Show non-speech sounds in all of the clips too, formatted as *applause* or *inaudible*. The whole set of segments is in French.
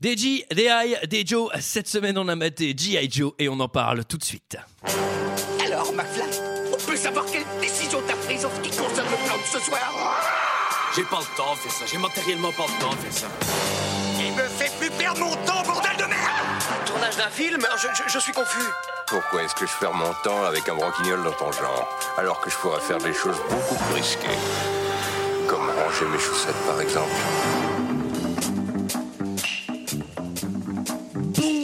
Des G, des I, des Joe, cette semaine on a maté G.I. Joe et on en parle tout de suite. Alors, McFly, on peut savoir quelle décision t'as prise en ce qui concerne le plan de ce soir J'ai pas le temps de faire ça. J'ai matériellement pas le temps de faire ça. Il me fait plus perdre mon temps, bordel de merde Tournage d'un film hein, je, je- je suis confus. Pourquoi est-ce que je perds mon temps avec un broquignol dans ton genre Alors que je pourrais faire des choses beaucoup plus risquées. Comme ranger mes chaussettes par exemple.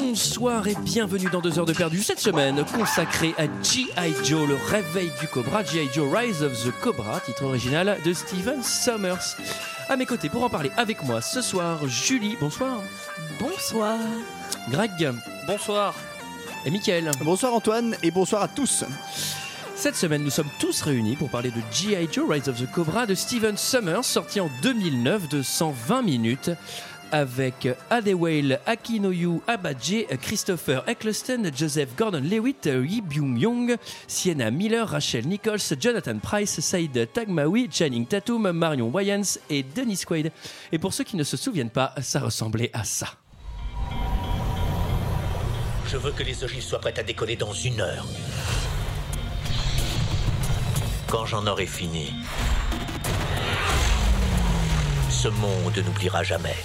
Bonsoir et bienvenue dans 2 heures de perdu, cette semaine consacrée à G.I. Joe, le réveil du Cobra, G.I. Joe Rise of the Cobra, titre original de Steven Summers. À mes côtés pour en parler avec moi ce soir, Julie, bonsoir. Bonsoir. Greg. Bonsoir. Et Mickaël. Bonsoir Antoine et bonsoir à tous. Cette semaine, nous sommes tous réunis pour parler de G.I. Joe Rise of the Cobra de Steven Summers, sorti en 2009 de 120 minutes, avec Adewale Akinoyu Abadje, Christopher Eccleston, Joseph Gordon-Lewitt, Yi Byung-Yong, Sienna Miller, Rachel Nichols, Jonathan Price, Saïd Tagmaoui, Channing Tatum, Marion Wayans et Dennis Quaid. Et pour ceux qui ne se souviennent pas, ça ressemblait à ça. Je veux que les ogives soient prêtes à décoller dans une heure. Quand j'en aurai fini, ce monde n'oubliera jamais.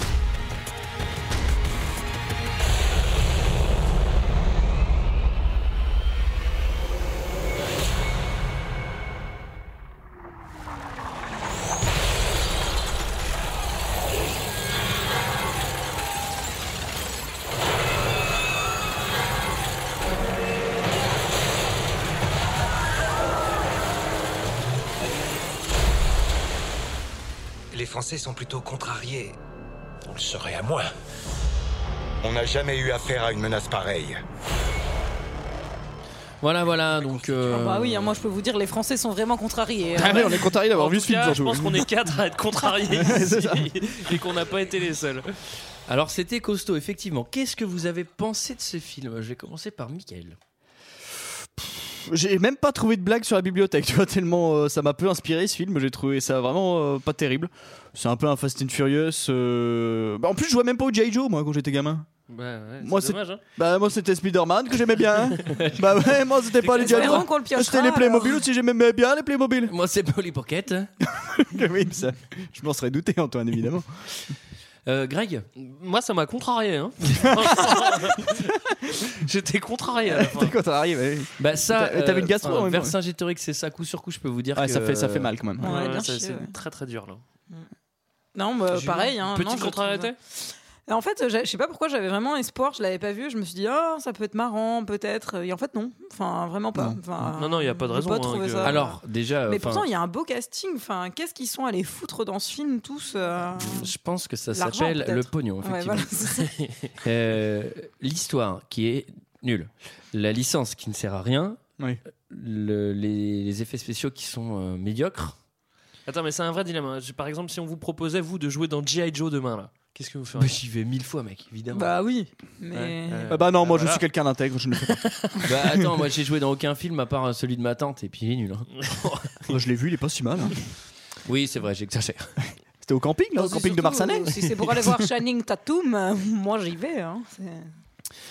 Les Français sont plutôt contrariés. On le serait à moi. On n'a jamais eu affaire à une menace pareille. Voilà, voilà, donc... euh, Bah oui, hein, moi je peux vous dire, les Français sont vraiment contrariés. hein. Ah ouais, on est content d'avoir vu ce film. Là, je surtout. pense qu'on est quatre à *laughs* être contrariés Ouais, c'est ici, ça. et qu'on n'a pas été les seuls. Alors c'était costaud, effectivement. Qu'est-ce que vous avez pensé de ce film Je vais commencer par Michael. J'ai même pas trouvé de blague sur la bibliothèque, tu vois, tellement euh, ça m'a peu inspiré ce film, j'ai trouvé ça vraiment euh, pas terrible. C'est un peu un Fast and Furious. euh, bah, en plus, je vois même pas au G.I. Joe, moi, quand j'étais gamin. Moi, c'est- dommage. hein. Bah, moi, c'était Spider-Man que j'aimais bien. *laughs* hein. bah, ouais, moi, c'était pas les G.I. Espérons Joe. qu'on le piochera. C'était hein, les alors. Playmobil aussi, j'aimais bien les Playmobil. *laughs* Moi c'est Polly Pocket. oui, ça, je m'en serais douté, Antoine, *laughs* évidemment. Euh, Greg Moi, ça m'a *laughs* contrarié. hein. *laughs* Franchement, J'étais contrarié à la *laughs* fin. T'es contrarié, ouais. Bah ça, T'as- t'avais une gastro, en même temps. Vercingétorix, c'est ça coup sur coup, je peux vous dire Ouais, que Ah, ça fait, ça fait mal quand même. euh. Ouais, Ouais, bien ça- chier, c'est ouais. très très dur là. Non, bah, pareil. Hein, non, Petite je contrariété trouve- euh, En fait, j'ai- je sais pas pourquoi j'avais vraiment espoir, je l'avais pas vu, je me suis dit, ah, ça peut être marrant, peut-être. Et en fait, non. Enfin, vraiment pas. Non. Enfin, Non, non, y a pas de j'ai raison, hein, trouvé que- ça- Alors déjà, Mais enfin, pourtant, il y a un beau casting. Enfin, qu'est-ce qu'ils sont allés foutre dans ce film tous euh, je pense que ça L'argent, s'appelle peut-être. le pognon. Ouais, Effectivement. voilà, c'est ça. Euh, L'histoire qui est nulle, la licence qui ne sert à rien, Oui. le- les, les effets spéciaux qui sont euh, médiocres. Attends, mais c'est un vrai dilemme. hein. Je- Par exemple, si on vous proposait, vous, de jouer dans G.I. Joe demain, là, qu'est-ce que vous Bah, feriez J'y vais mille fois, mec, évidemment. Bah oui. Mais. Ouais, euh, Ah bah non, moi, je voilà. suis quelqu'un d'intègre, je ne le fais Bah, attends, moi j'ai joué dans aucun film à part euh, celui de ma tante et puis il est nul. hein. pas. Je l'ai vu, il est pas si mal. hein. Oui, c'est vrai, j'exagère. C'était au camping, là, Non, au c'est camping de surtout, Marsanais. euh, *laughs* Si c'est pour aller voir Channing Tatum, euh, *laughs* moi j'y vais. hein.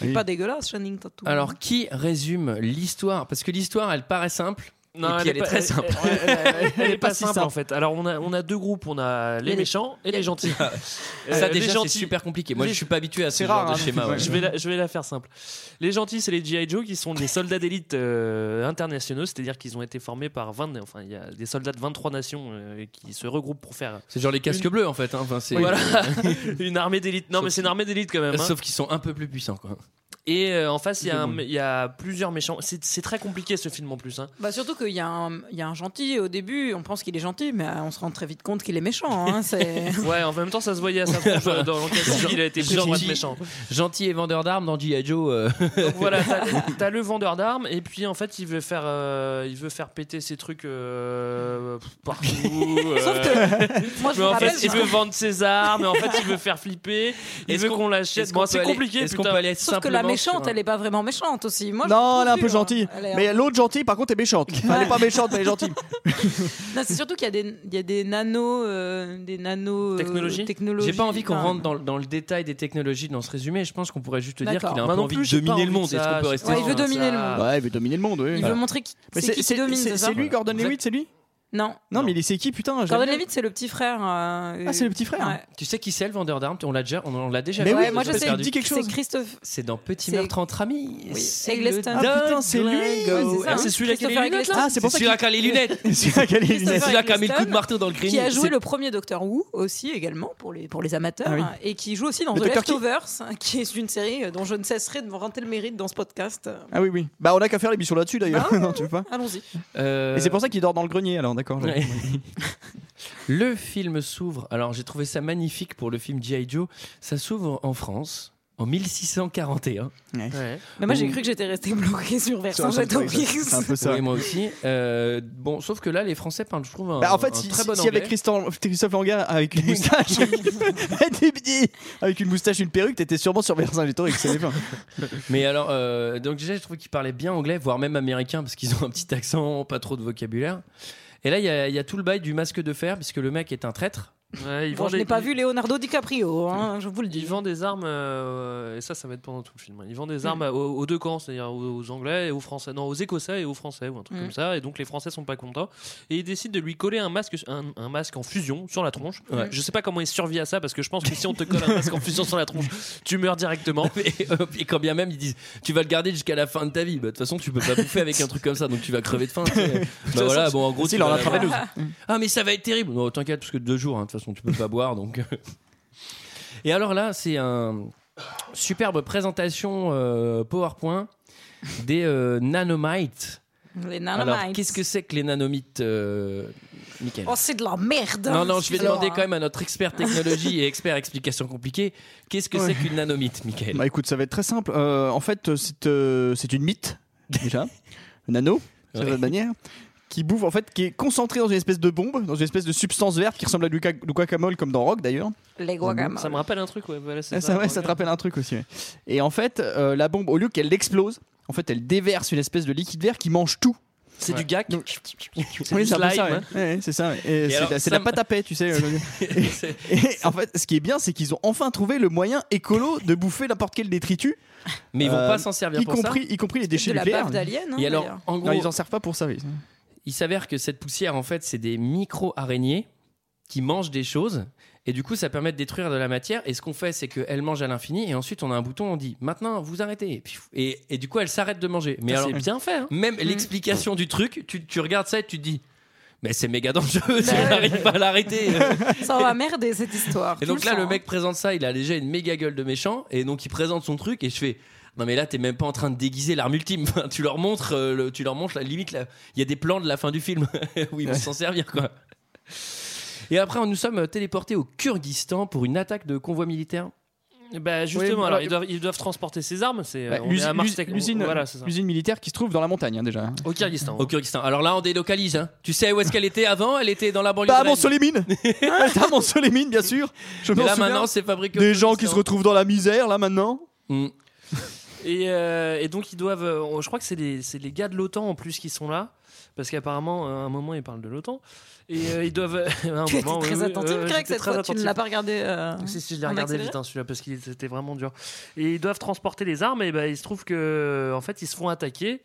C'est Oui. pas dégueulasse, Channing Tatum. Alors, qui résume l'histoire Parce que l'histoire, elle paraît simple. Et puis elle est pas- très simple. Elle, elle- elle- elle- elle Elle est est pas pas si simple, en simple. fait. Alors on a on a deux groupes, on a les Les- méchants et les *laughs* gentils. Euh, Ça, les déjà, c'est gentils- super compliqué. Moi, les- je suis pas habitué à ce C'est genre rare, de hein, schéma. ouais. le film, Je vais, la, je vais la faire simple. Les gentils, c'est les G.I. Joe qui sont des soldats d'élite euh, internationaux, c'est-à-dire qu'ils ont été formés par 20, enfin, il y a des soldats de 23 nations euh, qui se regroupent pour faire C'est genre les casques bleus, en fait. hein. Enfin, c'est- *laughs* voilà, une armée d'élite. Non, Sauf mais c'est une armée d'élite quand même. hein. Sauf qu'ils sont un peu plus puissants, quoi. Et euh, en face, il y, a Des un- boules. il y a plusieurs méchants. C'est c'est très compliqué ce film en plus. hein. Bah surtout qu'il y, a un- il y a un gentil au début, on pense qu'il est gentil, mais euh, on se rend très vite compte qu'il est méchant. *laughs* hein, c'est- Ouais, en même temps, ça se voyait à sa tronche, euh, dans l'enquête civile, il a été pris pour Gentil. être méchant. Gentil et vendeur d'armes dans G.I. Joe. euh, Donc voilà, t'as- t'as le vendeur d'armes et puis en fait il veut faire, euh, il veut faire péter ses trucs euh, *laughs* partout. Sauf euh, que moi je mais me en rappelle, fait, il veut vendre ses armes, mais en fait, il veut faire flipper. Il Est-ce veut qu'on- qu'on est-ce l'achète. qu'on Bon, peut c'est aller- compliqué. Est-ce qu'on putain. peut aller sauf que la simplement méchante, sur un- elle est pas vraiment méchante aussi. Moi, je non, trouve elle est un dure, peu hein. gentille. Elle est un Mais l'autre gentille, par contre, est *laughs* méchante. Enfin, elle est pas méchante, mais elle est gentille. Non, c'est surtout qu'il y a des, il y a des nano, euh, des nano euh, Technologie. technologies. J'ai pas envie qu'on Enfin, rentre dans, le- dans le détail des technologies dans ce résumé. Je pense qu'on pourrait juste te dire D'accord. qu'il a un Moi peu non envie plus, de j'ai pas dominer le envie monde. de Est-ce ça, qu'on peut je rester Ouais, il sur veut ça dominer le *laughs* monde. Ouais, il veut dominer le monde, oui. Il veut montrer qui Mais c'est qui qui domine. c'est- ça c'est lui, Gordon Vous êtes- Lewitt, c'est lui Non. Non, mais il est- c'est qui, putain j'aime Gordon bien. Levitt, c'est le petit frère. euh, Ah, c'est le petit frère Ouais. Tu sais qui c'est le vendeur d'armes On l'a déjà, on, on l'a déjà. Mais vu, oui, on moi l'a je pas sais. perdu. dit quelque C'est chose. Christophe. C'est dans Petit C'est- meurtre entre amis. Oui. C'est Eggleston. le Ah, putain, Doug c'est lui. Gringo. Ouais, c'est ça. hein. Ah, C'est celui-là qui a les lunettes. Christopher là Eggleston. Ah, c'est C'est pour ça celui-là qui a les lunettes. *laughs* C'est vrai qu'elle est Christopher C'est lunaise. celui-là qui a mis le coup de Eggleston, marteau dans le green. Qui a joué C'est- le premier Doctor Who aussi également pour les pour les amateurs Ah oui. hein, et qui joue aussi dans Le The Docteur qui- Leftovers *laughs* hein, qui est une série euh, dont je ne cesserai de me vanter le mérite dans ce podcast. Euh, Ah oui, oui. Bah, on a qu'à faire l'émission là-dessus d'ailleurs. *laughs* Ah. non, tu veux pas Allons-y. Euh, Et c'est pour ça qu'il dort dans le grenier, alors, d'accord. Ouais. *laughs* Le film s'ouvre. Alors, j'ai trouvé ça magnifique pour le film G.I. Joe. Ça s'ouvre en France en 1641. Mais moi j'ai Ouh. cru que j'étais resté bloqué sur Vincent C'est Château un peu ça. Oui, moi aussi. Euh, bon, sauf que là, les Français parlent, je trouve, un, Bah, en un fait, si, très si- bon si anglais. avec Christophe, Christophe Langard, avec une moustache, *laughs* Des petits- avec une moustache, une perruque, t'étais sûrement sur Vercingétorix, c'est bien. Mais alors, euh, donc déjà, je trouve qu'ils parlaient bien anglais, voire même américain, parce qu'ils ont un petit accent, pas trop de vocabulaire. Et là, il y a- il y, a tout le bail du masque de fer, puisque le mec est un traître. Ouais, il Bon, vend je des- n'ai pas vu Leonardo DiCaprio, hein, je vous le Il dis. vend des armes, euh, et ça, ça va être pendant tout le film. hein. Il vend Mm. des armes aux, aux deux camps, c'est-à-dire aux, aux Anglais et aux Français, non, aux Écossais et aux Français, ou un truc Mm. comme ça. Et donc les Français sont pas contents. Et ils décident de lui coller un masque, un, un masque en fusion sur la tronche. Ouais. Je sais pas comment il survit à ça, parce que je pense que si on te colle un masque en fusion sur la tronche, tu meurs *laughs* directement. Et, euh, et quand bien même, ils disent Tu vas le garder jusqu'à la fin de ta vie. Bah, De toute façon, tu peux pas bouffer avec un truc comme ça, donc tu vas crever de faim. *laughs* tu sais. bah voilà, bon, en gros, Si, tu il en vas a la- travaillé Ah mais ça va être terrible. Non, t'inquiète parce que deux jours, hein, de toute façon, tu peux pas boire *laughs* donc. Et alors là, c'est un superbe présentation euh, PowerPoint des euh, nanomites. Les Alors, nanomites. qu'est-ce que c'est que les nanomites, euh, Michael Oh, c'est de la merde. Non, non, je vais Alors, demander quand même à notre expert technologie et expert explication compliquée, qu'est-ce que c'est qu'une nanomite, Michael Bah écoute, ça va être très simple. Euh, en fait, euh, c'est euh, c'est une mythe, déjà, un anneau, ça Ouais. va de manière, qui bouffe, en fait, qui est concentré dans une espèce de bombe, dans une espèce de substance verte qui ressemble à du, ca- du guacamole, comme dans Rock d'ailleurs. Les guacamoles. Ça me rappelle un truc, ouais. voilà, c'est Ah, ça, ouais, ça te rappelle un truc aussi. ouais. Et en fait, euh, la bombe, au lieu qu'elle explose, en fait, elle déverse une espèce de liquide vert qui mange tout. C'est du gac. Oui, c'est un peu slime, ça, ouais. hein. Ouais, c'est ça. ouais. Et c'est alors, de la- c'est de ça la pâte à paix, tu sais. euh, *laughs* C'est- Et en fait, ce qui est bien, c'est qu'ils ont enfin trouvé le moyen écolo de bouffer n'importe quel détritus, mais ils vont Euh, pas s'en servir y pour ça. compris, y compris les déchets de la nucléaires. bave d'alien. hein, Et alors, d'ailleurs. en gros, Non, ils en servent pas pour ça. oui. Il s'avère que cette poussière, en fait, c'est des micro-araignées qui mangent des choses. Et du coup, ça permet de détruire de la matière. Et ce qu'on fait, c'est qu'elle mange à l'infini. Et ensuite, on a un bouton, on dit maintenant, vous arrêtez. Et, puis- et, et du coup, elle s'arrête de manger. Mais alors, C'est bien fait. hein. même Mm. l'explication du truc, tu, tu regardes ça et tu te dis mais c'est méga dangereux *laughs* Bah si on n'arrive pas à l'arrêter. *laughs* Ça va merder cette histoire. et tu donc là, sens, le hein. mec présente ça. Il a déjà une méga gueule de méchant. Et donc, il présente son truc. Et je fais. Non mais là t'es même pas en train de déguiser l'arme ultime. *laughs* Enfin, tu leur montres, euh, le- tu leur montres la limite. là. Il y a des plans de la fin du film *laughs* où ils vont Ouais. s'en servir quoi. Et après, nous sommes euh, téléportés au Kyrgyzstan pour une attaque de convoi militaire. Bah, Oui, justement, voilà. alors ils doivent, ils doivent transporter ces armes. C'est euh, Bah, on est l'usi- à Mars Tech- l'usi- L'usine Voilà, c'est ça. l'usine militaire qui se trouve dans la montagne, hein, déjà. Au Kyrgyzstan. Au Kyrgyzstan. Alors là, on délocalise. hein. Tu sais où est-ce qu'elle était avant Elle était dans la banlieue. Bah, à de Rennes. Mont-Solémine À Mont-Solémine, bien sûr Je Mais m'en là souviens. maintenant, c'est fabriqué. au Des gens qui se Kyrgyzstan. retrouvent dans la misère, là, maintenant Mm. *laughs* Et, euh, et donc ils doivent. euh, je crois que c'est les, c'est les gars de l'OTAN en plus qui sont là. Parce qu'apparemment, euh, à un moment, ils parlent de l'OTAN. Et euh, ils doivent. *laughs* à un Tu étais moment, oui, très oui, attentif, euh, Greg, j'étais cette très fois. Tu ne attentif. l'as pas regardé. euh, Si, si, je l'ai en regardé accéléré vite hein, celui-là parce qu'il était vraiment dur. Et ils doivent transporter les armes et ben il se trouve que en fait ils se font attaquer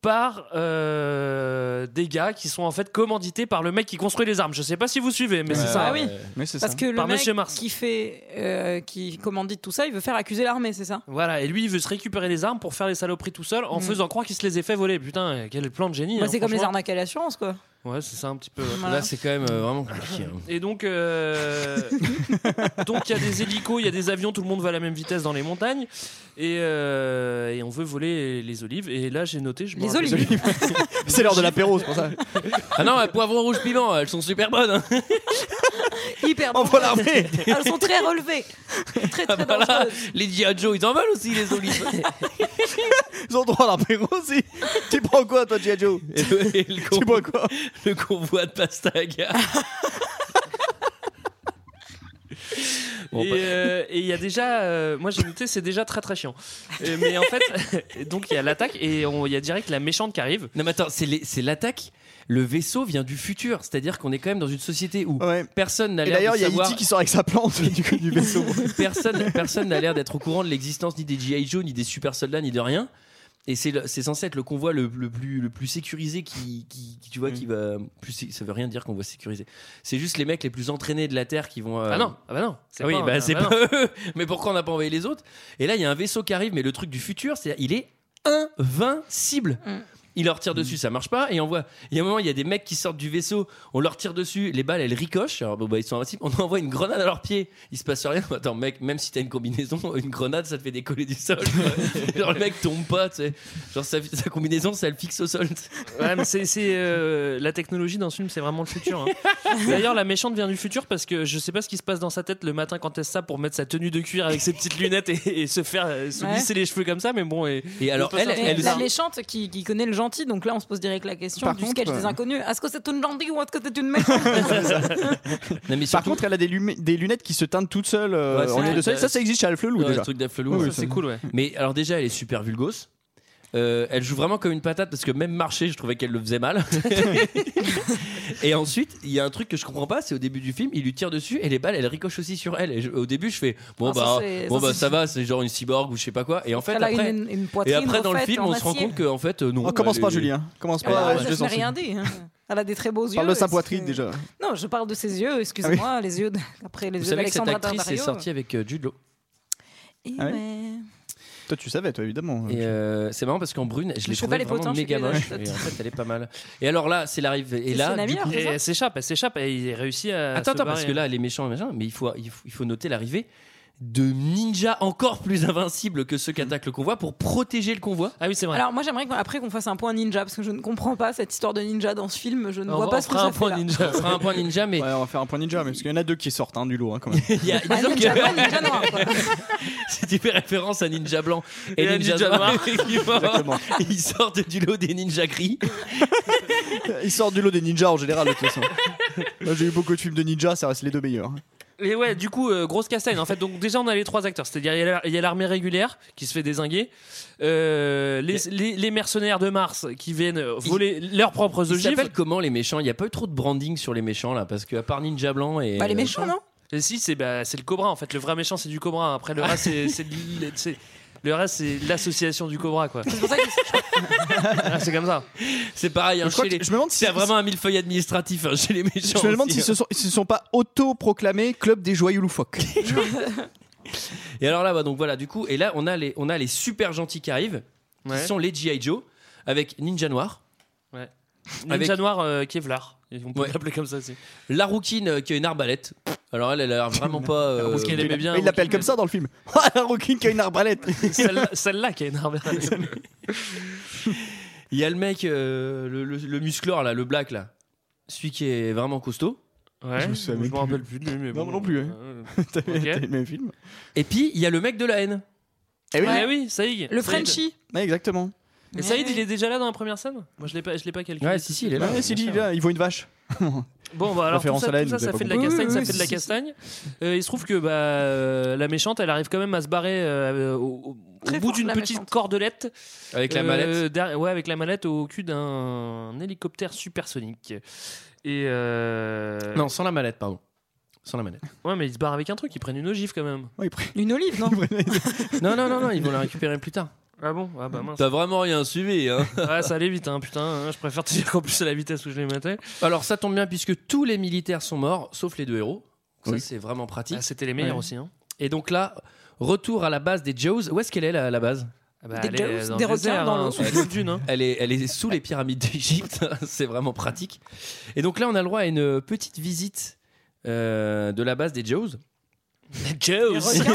par euh, des gars qui sont en fait commandités par le mec qui construit les armes. Je sais pas si vous suivez, mais c'est Ouais. ça. Ah oui. Mais c'est Parce que le Par mec Monsieur Mars. qui fait, euh, qui commandite tout ça, il veut faire accuser l'armée, c'est ça Voilà, et lui il veut se récupérer les armes pour faire les saloperies tout seul en Mm. faisant croire qu'il se les a fait voler. Putain, quel plan de génie. Bah, hein, C'est comme les franchement. arnaques à l'assurance, quoi. Ouais, c'est ça un petit peu. ouais. Voilà. Là, c'est quand même euh, vraiment compliqué. hein. Et *laughs* donc, euh, donc il y a des hélicos, il y a des avions, tout le monde va à la même vitesse dans les montagnes, et, euh, et on veut voler les olives. Et là, j'ai noté, je me Les rappelle- olives. *laughs* C'est l'heure de l'apéro, c'est pour *laughs* ça. Ah non, poivron rouge piment, elles sont super bonnes. hein. *laughs* Hyper On dangereuses. voit l'armée Elles sont très relevées. Très, très Oh, Ah bah là, dangereuses. les G.I. Joe, ils en veulent aussi les *laughs* olives. Ils ont droit à l'apéro aussi Tu prends quoi, toi, G.I. Joe Et le, et le con- Tu bois quoi le *laughs* convoi de Pastaga. et euh, et il y a déjà, euh, moi j'ai noté, c'est déjà très très chiant. Euh, mais en fait, *laughs* donc il y a l'attaque et on- il y a direct la méchante qui arrive. Non mais attends, c'est les- c'est l'attaque. Le vaisseau vient du futur, c'est-à-dire qu'on est quand même dans une société où personne n'a Et l'air d'ailleurs, de il y a savoir. E.T. qui sort avec sa plante du, coup, du *laughs* vaisseau. personne personne n'a l'air d'être au courant de l'existence ni des GI Joe, ni des super soldats, ni de rien. Et c'est le- c'est censé être le convoi le, le plus le plus sécurisé qui, qui, qui, tu Mm. vois qui va plus sé- ça veut rien dire convoi sécurisé. C'est juste les mecs les plus entraînés de la terre qui vont. euh, Ah non, ah bah non. c'est Ah oui, pas un- bah c'est bah pas non. eux. *laughs* Mais pourquoi on n'a pas envoyé les autres Et là, il y a un vaisseau qui arrive, mais le truc du futur, c'est il est invincible. Il leur Mm. tire dessus, ça marche pas. Et on voit, il y a un moment, il y a des mecs qui sortent du vaisseau, on leur tire dessus, les balles, elles ricochent. Alors, bon, bah, ils sont invincibles. On *laughs* envoie une grenade à leurs pieds. Il se passe rien. Attends, mec, même si t'as une combinaison, *laughs* une grenade, ça te fait décoller du sol. *laughs* Genre, le mec tombe pas, tu sais. Genre, sa, sa combinaison, ça le fixe au sol. Ouais, mais c'est c'est, euh, la technologie dans ce film, c'est vraiment le futur. *laughs* hein. D'ailleurs, la méchante vient du futur parce que je sais pas ce qui se passe dans sa tête le matin quand elle se tape pour mettre sa tenue de cuir avec ses petites lunettes et, et se faire euh, se Ouais. lisser les cheveux comme ça. Mais bon, et, on peut Mais sortir. la méchante qui, qui connaît le gentil, donc là on se pose direct la question Par du contre, sketch euh, des inconnus. Est-ce que c'est une gentille ou est-ce que c'est une mec Par contre, elle a des, lumi- des lunettes qui se teintent toutes seules euh, Ouais, c'est en vrai. lieu de soleil. Ça, ça existe chez Alf Leloup Ouais, déjà. Le truc d'Alf Leloup, Oui, ouais. ça- Mais alors déjà, elle est super vulgose. Euh, elle joue vraiment comme une patate parce que même marcher, je trouvais qu'elle le faisait *laughs* mal. et ensuite, il y a un truc que je comprends pas, c'est au début du film, il lui tire dessus et les balles, elles ricochent aussi sur elle. Et je- au début, je fais bon Ah, ça, bah c'est- bon ça, bah c'est- ça va, c'est genre une cyborg ou je sais pas quoi. Et en fait Elle a après, une- une poitrine et après dans le refaite film, en on se rend acier. Ah, compte que en fait euh, non. Oh, commence elle pas, est- Julien. Commence Ouais, pas. ouais, je ouais. le Je n'ai sens. rien dit. hein. Elle a des très beaux yeux. Parle de sa et c'est- poitrine déjà. Non, je parle de ses yeux, excusez-moi, les yeux de- *laughs* après Ah les Vous yeux savez que cette d'Alexandra actrice est Daddario. sortie avec euh, Jude Law. Et Ah oui. ouais. Toi, tu savais, toi, évidemment. Et euh, c'est marrant parce qu'en brune, je l'ai cheval trouvée est potent vraiment chez méga Julia moche. Roberts. Et en fait, elle est pas mal. Et alors là, c'est l'arrivée. Et là, du coup, et elle s'échappe, elle s'échappe et il réussit à. Attends, se attends, parce barrer. que là, les méchants, machin, mais il faut, il faut, il faut noter l'arrivée de ninjas encore plus invincibles que ceux qui attaquent le convoi pour protéger le convoi. Hmm. Ah oui, c'est Alors moi j'aimerais qu'on- après qu'on fasse un point ninja parce que je ne comprends pas cette histoire de ninja dans ce film. Je ne On vois va- pas on ce que fera ça un fait point là. ninja. On fera un point ninja, mais. Ouais, on va faire un point ninja, mais parce qu'il y en a deux qui sortent hein, du lot, hein, *laughs* quand même. Il y a, Ah, disons que- ninja blanc, *laughs* ninja noir, quoi. si tu fais référence à Ninja Blanc et, Et à Ninja, Ninja Noir, Noir. effectivement, Exactement. ils sortent du lot des ninjas gris. *laughs* Ils sortent du lot des ninjas en général, de toute *laughs* façon. Moi, j'ai eu beaucoup de films de ninja, ça reste les deux meilleurs. hein. Et ouais, du coup, euh, grosse castagne. En fait, donc déjà, on a Ah, les trois acteurs. C'est-à-dire, il y a la- il y a l'armée régulière qui se fait désinguer, euh, les, les- les mercenaires de Mars qui viennent euh, voler leurs propres Ils ogives. s'appellent comment les méchants Il n'y a pas eu trop de branding sur les méchants là, parce que à part Ninja Blanc et. Bah, les méchants, non Et si, c'est bah, c'est le Cobra en fait. Le vrai méchant, c'est du Cobra. Après, le reste, c'est- c'est de l- c'est- le reste, c'est l'association du Cobra, quoi. C'est pour ça *laughs* c'est comme ça. C'est pareil. hein, Je crois chez que- les- je me demande C'est vraiment un millefeuille administratif hein, chez les méchants. Je me demande aussi, s'ils hein. se sont, s'ils se sont pas auto-proclamés club des joyeux *laughs* loufoques. Et alors là, bah, donc voilà, du coup, et là, on a les, on a les super gentils qui arrivent, qui sont les G.I. Joe, avec Ninja Noir. Ouais. Ninja Avec- Noir euh, Kevlar. On peut Ouais. l'appeler comme ça aussi. La rouquine euh, qui a une arbalète. Alors elle, elle a l'air vraiment pas. euh, Parce qu'elle aimait bien. il l'appelle comme ça dans le film. *laughs* Ah, la rouquine qui a une arbalète. *laughs* Celle-là celle-là qui a une arbalète. Il y a le mec, euh, le, le, le musclor là, le black là. Celui qui est vraiment costaud. Ouais, Je me souviens je me plus. rappelle plus de lui, mais Non, bon, non plus. hein. euh, T'as vu- ok. t'as vu le même film. Et puis, il y a le mec de la haine. Eh oui. Ah oui, Saïd. Le Saïd. Frenchie. Ouais, exactement. Et Saïd, il est déjà là dans la première scène Moi, je l'ai pas, je l'ai pas calculé. Ouais, si, si, il est là. Ouais, si, il est là, il voit une vache. Bon, bah alors tout Référence ça, à la tout haine, ça, vous ça avez fait de pas la compris. castagne, Oui, ça oui, fait de si, la si. castagne. Euh, il se trouve que bah, euh, la méchante, elle arrive quand même à se barrer euh, au, au- au Très bout forte, d'une la petite méchante. cordelette. Avec la Euh, mallette. derrière- ouais, avec la mallette au cul d'un hélicoptère supersonique. Et euh, Non, sans la mallette, pardon. Sans la mallette. Ouais, mais ils se barrent avec un truc, ils prennent une ogive quand même. Ouais, il prend- Une olive, non non, non, non, non, ils vont la récupérer plus tard. Ah bon Ah bah mince. T'as vraiment rien suivi, hein Ah, ça allait vite, hein, putain. hein, je préfère te dire qu'en plus, c'est la vitesse où je les mettais. Alors ça tombe bien puisque tous les militaires sont morts, sauf les deux héros. Ça, c'est vraiment pratique. Ah, C'était les meilleurs Ouais. aussi. Hein. Et donc là, retour à la base des Joes. Où est-ce qu'elle est la, la base Ah bah, Des elle est jaws, dans des le requins désert, dans hein, l'eau. sous une dune, hein. elle est, elle est sous les pyramides d'Égypte. *laughs* c'est vraiment pratique. Et donc là, on a le droit à une petite visite euh, de la base des Joes. Jaws. Ah,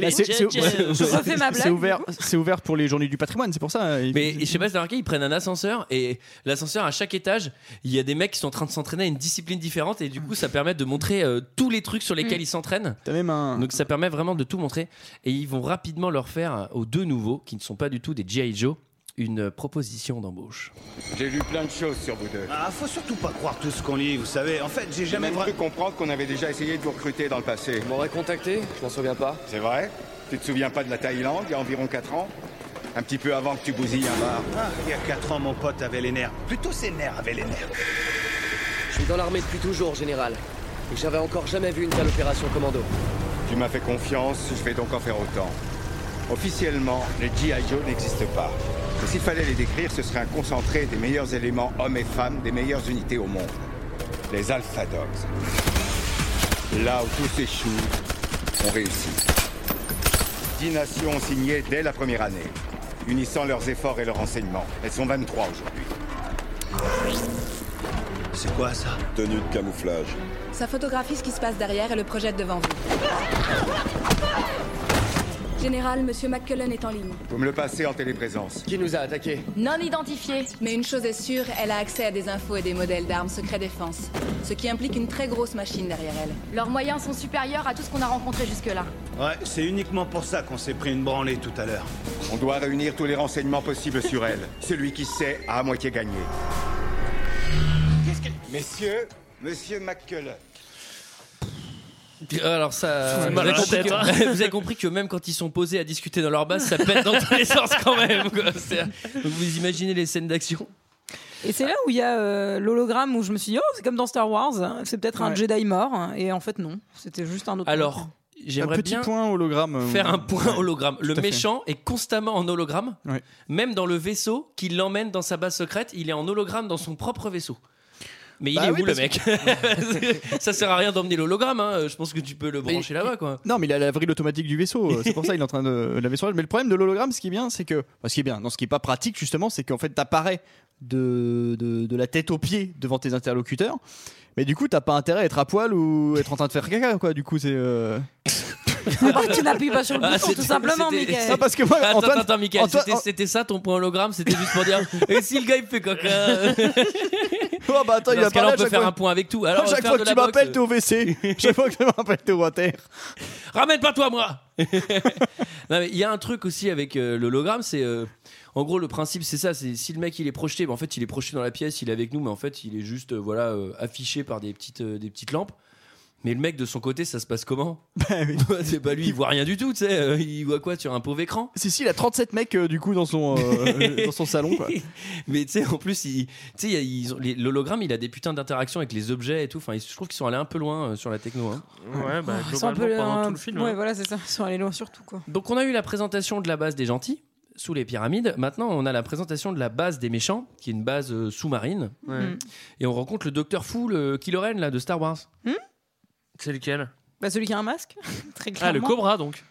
Bah, c'est- *laughs* c'est- Je refais ma blague. C'est ouvert, c'est ouvert pour les journées du patrimoine, c'est pour ça. *laughs* il- Mais je sais pas si t'as remarqué, ils prennent un ascenseur et l'ascenseur à chaque étage, il y a des mecs qui sont en train de s'entraîner à une discipline différente et du coup, ça permet de montrer euh, tous les trucs sur lesquels ils s'entraînent. T'as même un. Donc ça permet vraiment de tout montrer et ils vont rapidement leur faire aux deux nouveaux qui ne sont pas du tout des GI Joe une proposition d'embauche. J'ai lu plein de choses sur vous deux. Ah, faut surtout pas croire tout ce qu'on lit, vous savez. En fait, j'ai jamais même vra- cru comprendre qu'on avait déjà essayé de vous recruter dans le passé. Vous m'aurez contacté Je m'en souviens pas. C'est vrai Tu te souviens pas de la Thaïlande, il y a environ 4 ans Un petit peu avant que tu bousilles un bar. Ah, il y a 4 ans, mon pote avait les nerfs. Plutôt ses nerfs avaient les nerfs. Je suis dans l'armée depuis toujours, général. Et j'avais encore jamais vu une telle opération commando. Tu m'as fait confiance, je vais donc en faire autant. Officiellement, les G.I. Joe n'existent pas. Et s'il fallait les décrire, ce serait un concentré des meilleurs éléments hommes et femmes des meilleures unités au monde. Les Alpha Dogs. Là où tout s'échoue, on réussit. Dix nations ont signé dès la première année, unissant leurs efforts et leurs renseignements. Elles sont 23 aujourd'hui. C'est quoi ça Tenue de camouflage. Ça photographie ce qui se passe derrière et le projette devant vous. Général, Monsieur McCullen est en ligne. Vous me le passez en téléprésence. Qui nous a attaqués Non identifiée, mais une chose est sûre, elle a accès à des infos et des modèles d'armes secret défense, ce qui implique une très grosse machine derrière elle. Leurs moyens sont supérieurs à tout ce qu'on a rencontré jusque-là. Ouais, c'est uniquement pour ça qu'on s'est pris une branlée tout à l'heure. On doit réunir tous les renseignements possibles sur elle. Celui qui sait a à moitié gagné. Messieurs, Monsieur McCullough. Alors ça, euh, Ça fait vous mal à avez, la compris tête, que, *laughs* hein. vous avez compris que même quand ils sont posés à discuter dans leur base, ça pète dans tous les sens quand même. quoi. C'est- donc vous imaginez les scènes d'action Et c'est là où il y a euh, l'hologramme où je me suis dit, oh, c'est comme dans Star Wars, c'est peut-être un Ouais. Jedi mort. Et en fait, non, c'était juste un autre. *laughs* Alors, j'aimerais un petit bien point hologramme. euh, faire un point ouais. hologramme. Le Tout à fait. méchant est constamment en hologramme, Ouais. même dans le vaisseau qui l'emmène dans sa base secrète, il est en hologramme dans son propre vaisseau. Mais Bah il est oui, où le parce mec *laughs* Ça sert à rien d'emmener l'hologramme. hein. Je pense que tu peux le brancher là-bas, quoi. Non, mais il a la vrille automatique du vaisseau. euh, C'est pour ça il est en train de la vaisseau. Mais le problème de l'hologramme, ce qui est bien, c'est que. enfin, ce qui est bien, non, ce qui est pas pratique, justement, c'est qu'en fait, t'apparais de, de, de la tête aux pieds devant tes interlocuteurs. Mais du coup, t'as pas intérêt à être à poil ou être en train de faire caca, quoi. Du coup, c'est. euh, tu n'appuies pas sur le *laughs* Ah, bouton, tout c'était- simplement, c'était- Michael. Ah, parce que moi, attends, Antoine- attends, Michael, Antoine- c'était- c'était ça ton point hologramme, c'était juste *laughs* pour dire. Et si le gars il fait coca Oh bah attends, il Dans a ce cas-là, parlé à on peut chaque faire fois- un point avec tout. Alors, on à va *laughs* chaque faire fois de que la tu m'appelles, boxe. t'es *laughs* au WC. chaque fois que tu m'appelles, t'es au water. Ramène pas toi moi. *laughs* Non, mais il y a un truc aussi avec euh, l'hologramme, c'est euh, en gros le principe c'est ça, c'est si le mec il est projeté, ben, en fait il est projeté dans la pièce, il est avec nous, mais en fait il est juste euh, voilà euh, affiché par des petites euh, des petites lampes. Mais le mec de son côté, ça se passe comment *laughs* C'est pas lui, il voit rien du tout, tu sais. euh, il voit quoi sur un pauvre écran Si, si, il a 37 mecs, euh, du coup, dans son, *laughs* euh, dans son salon, quoi. Mais tu sais, en plus, il- tu sais, il y a- ils ont- les- l'hologramme, il a des putains d'interactions avec les objets et tout. Enfin, ils- je trouve qu'ils sont allés un peu loin euh, sur la techno. hein. Ouais, bah, C'est un peu globalement, pendant un- tout le film. Ouais, hein. voilà, c'est ça. Ils sont allés loin surtout, quoi. Donc on a eu la présentation de la base des gentils sous les pyramides. Maintenant, on a la présentation de la base des méchants, qui est une base euh, sous-marine. Ouais. Mm. Et on rencontre le docteur fou, le Kylo Ren là de Star Wars. C'est lequel Bah, celui qui a un masque, *laughs* très clairement. Ah, le Cobra donc.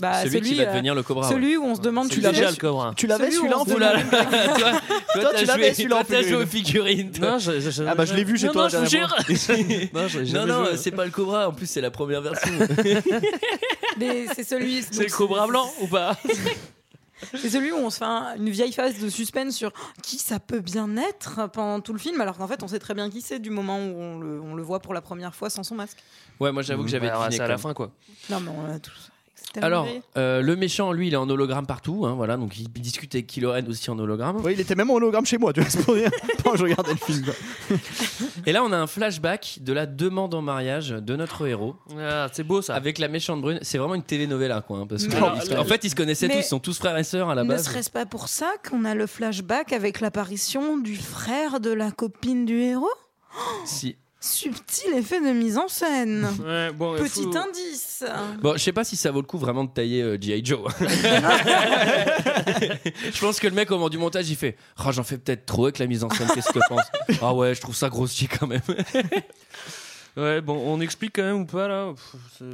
Bah, Celui qui va devenir le Cobra, Celui ouais. où on se demande, C'est tu déjà l'avais le Cobra. Tu l'avais, celui où celui-là, on se en Oh là là, *laughs* toi, demande- toi, Toi, t'as tu l'avais, joué- celui-là, en toi, t'as joué aux figurine. figurines. toi. Non, j'ai- j'ai jamais Ah bah, je l'ai vu chez Non, toi non, je la vous dernière jure. *laughs* non, j'ai non, jamais non, joué. euh, c'est pas le Cobra. En plus, c'est la première version. Mais c'est *laughs* celui. C'est le Cobra blanc ou pas C'est celui où on se fait un- une vieille phase de suspense sur qui ça peut bien être pendant tout le film, alors qu'en fait on sait très bien qui c'est du moment où on le, on le voit pour la première fois sans son masque. ouais, moi j'avoue que j'avais Ouais, deviné. c'est à la quand même. fin quoi. Non mais on a tous. c'est tellement Alors, vrai. euh, le méchant, lui, il est en hologramme partout, hein, voilà, donc il discute avec Kylo Ren aussi en hologramme. Oui, il était même en hologramme chez moi, tu vois, c'est *laughs* pour dire. Quand je regardais le film. quoi. Et là, on a un flashback de la demande en mariage de notre héros. Ah, c'est beau ça. Avec la méchante brune, c'est vraiment une telenovela quoi. hein, parce que Mais ils alors, se- en fait, ils se connaissaient mais- tous, ils sont tous frères et sœurs à la Ne base. serait-ce pas pour ça qu'on a le flashback avec l'apparition du frère de la copine du héros Si. Subtil effet de mise en scène. Ouais, bon, il Petit faut- indice. Bon, je sais pas si ça vaut le coup vraiment de tailler euh, G.I. *laughs* Joe. je pense que le mec, au moment du montage, il fait Ah, j'en fais peut-être trop avec la mise en scène, qu'est-ce que pense Ah ouais, je trouve ça grossier quand même. Ouais, bon, on explique quand même ou pas là Pff, c'est-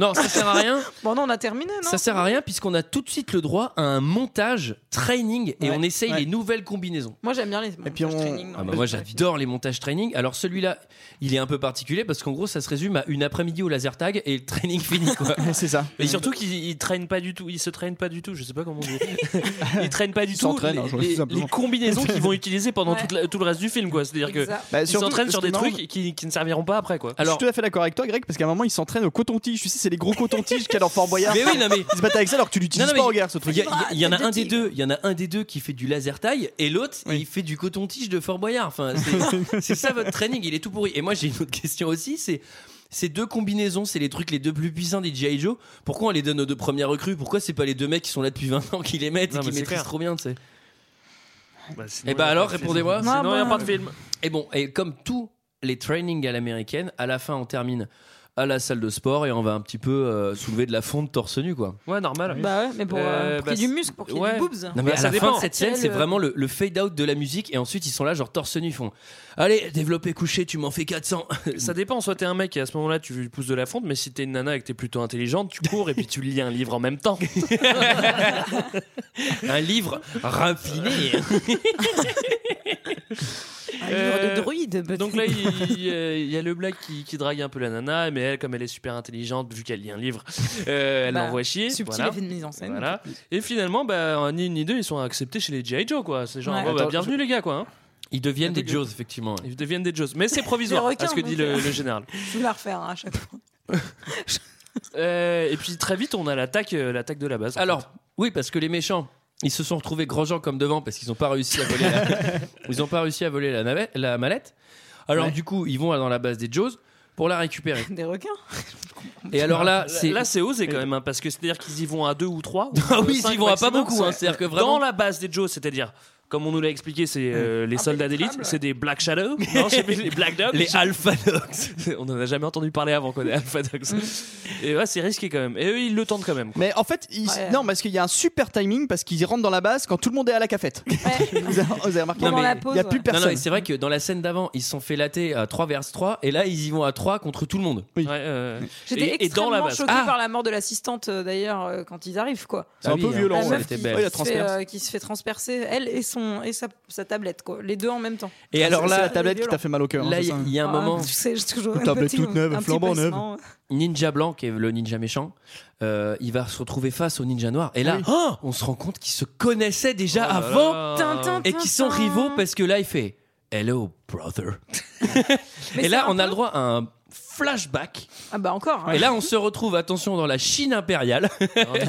non, ça sert à rien. Bon, non, on a terminé, non Ça sert à rien puisqu'on a tout de suite le droit à un montage training et Ouais. on essaye Ouais. les nouvelles combinaisons. Moi j'aime bien les. Et puis montages training, non, Ah bah mais moi c'est- j'adore les montages training. Alors celui-là, il est un peu particulier parce qu'en gros ça se résume à une après-midi au laser tag et le training *laughs* fini *laughs* quoi. c'est ça. Mais surtout qu'ils ils traînent pas du tout, ils se traînent pas du tout, je sais pas comment on *laughs* dit. Ils traînent pas du Ils tout s'entraînent, les, hein, je vois, les- tout simplement. les combinaisons qu'ils vont utiliser pendant *laughs* Ouais. toute la- tout le reste du film quoi. C'est-à-dire que Bah, ils surtout, s'entraînent sur ce qui des est marrant, trucs qui, qui ne serviront pas après quoi. Alors, je suis tout à fait d'accord avec toi, Greg, parce qu'à un moment, ils s'entraînent au coton-tige. Tu sais, c'est les gros cotons-tiges qu'il y a dans Fort Boyard. Mais oui, non, mais- Ils se battent avec ça alors que tu l'utilises Non, pas non, mais en guerre, ce truc. Il y, a- il y en a un des deux. Il y en a un des deux qui fait du laser taille et l'autre il fait du coton tige de Fort Boyard. Enfin, *laughs* c'est- c'est ça votre training. Il est tout pourri. Et moi j'ai une autre question aussi. C'est ces deux combinaisons, c'est les trucs les deux plus puissants des G.I. Joe. Pourquoi on les donne aux deux premières recrues Pourquoi c'est pas les deux mecs qui sont là depuis 20 ans qui les mettent Non, et mais qui c'est maîtrisent clair. trop bien, tu sais sinon, Et y bah a alors, pas de film. répondez-moi. Sinon, y a pas de film. Et bon, et comme tous les trainings à l'américaine, à la fin on termine à la salle de sport et on va un petit peu euh, soulever de la fonte torse nu quoi. Ouais, normal. Bah ouais, mais pour, euh, pour qu'il bah y ait du muscle, pour qu'il y ait du boobs. Non, mais Bah, à ça la fin dépend. de cette scène, Quel, c'est euh, vraiment le, le fade-out de la musique et ensuite ils sont là, genre torse nu, ils font Allez, développé couché, tu m'en fais 400. Ça dépend, soit t'es un mec et à ce moment-là tu pousses de la fonte, mais si t'es une nana et que t'es plutôt intelligente, tu cours et puis tu lis un livre en *laughs* même temps. un livre raffiné. Un livre Euh, de druide. peut-être. Euh, Donc là, il il, euh, il y a le black qui, qui drague un peu la nana, mais elle, comme elle est super intelligente, vu qu'elle lit un livre, euh, elle Bah, l'envoie chier. subtil voilà. effet de mise en scène. Voilà. Et finalement, bah, ni une ni deux, ils sont acceptés chez les G.I. Joe, quoi. C'est genre, Ouais. bon, bah, Attends, bienvenue les gars, quoi. hein. Ils deviennent des Jaws, effectivement. Ils deviennent des Jaws. *laughs* Mais c'est provisoire, Des requins, à ce que dit le, donc. le général. Je vais la refaire hein, à chaque fois. Euh, et puis très vite, on a l'attaque euh, l'attaque de la base. Alors, oui, parce que les méchants, ils se sont retrouvés grands gens comme devant parce qu'ils n'ont pas réussi à voler la, *laughs* ils ont pas réussi à voler la, navette, la mallette. Alors, Ouais. du coup, ils vont dans la base des Jaws pour la récupérer. Des *laughs* requins *laughs* Et alors là, c'est. *laughs* là c'est osé quand même hein, parce que c'est-à-dire qu'ils y vont à deux ou trois. ou, Ah euh, oui, ils cinq y vont à pas maximum. beaucoup, hein, c'est-à-dire que vraiment- dans la base des Joes, c'est-à-dire comme on nous l'a expliqué, c'est euh, les soldats d'élite, c'est des Black *laughs* Shadow, non, je sais plus, les Black Dogs, Les Alpha Dogs. *laughs* on en a jamais entendu parler avant qu'on ait Alpha Dogs. et ouais, c'est risqué quand même. Et eux, ils le tentent quand même. *laughs* quoi. Mais en fait, ils- non, parce qu'il y a un super timing parce qu'ils rentrent dans la base quand tout le monde est à *laughs* la cafette. vous, avez, vous avez remarqué Non, mais- Il n'y a plus Non, personne. non, mais c'est vrai que dans la scène d'avant, ils se sont fait latter à 3 vers 3, et là, ils y vont à 3 contre tout le monde. euh, J'étais et, et dans extrêmement la base. Ah. choquée par la mort de l'assistante euh, d'ailleurs euh, quand ils arrivent quoi. C'est un Ah peu oui, hein. violent, La ouais, meuf elle était qui, belle. qui Ouais, la se fait, euh, transperce. qui se fait transpercer, elle et son et sa, sa tablette quoi, les deux en même temps. Et alors là, C'est violent. hein, Là, il y a- il y, a un Ah, moment. tu sais, j'ai toujours un petit- un petit pincement. Ninja blanc, qui est le ninja méchant, euh, il va se retrouver face au ninja noir. Et là, Oui. oh, on se rend compte qu'ils se connaissaient déjà Oh là là. avant Tintin, et qu'ils sont tintin. rivaux parce que là, il fait Hello, brother. et là, on a le droit à un flashback. Ah bah encore. hein. Et là, on se retrouve, attention, dans la Chine impériale. *laughs* mais Oh, *laughs*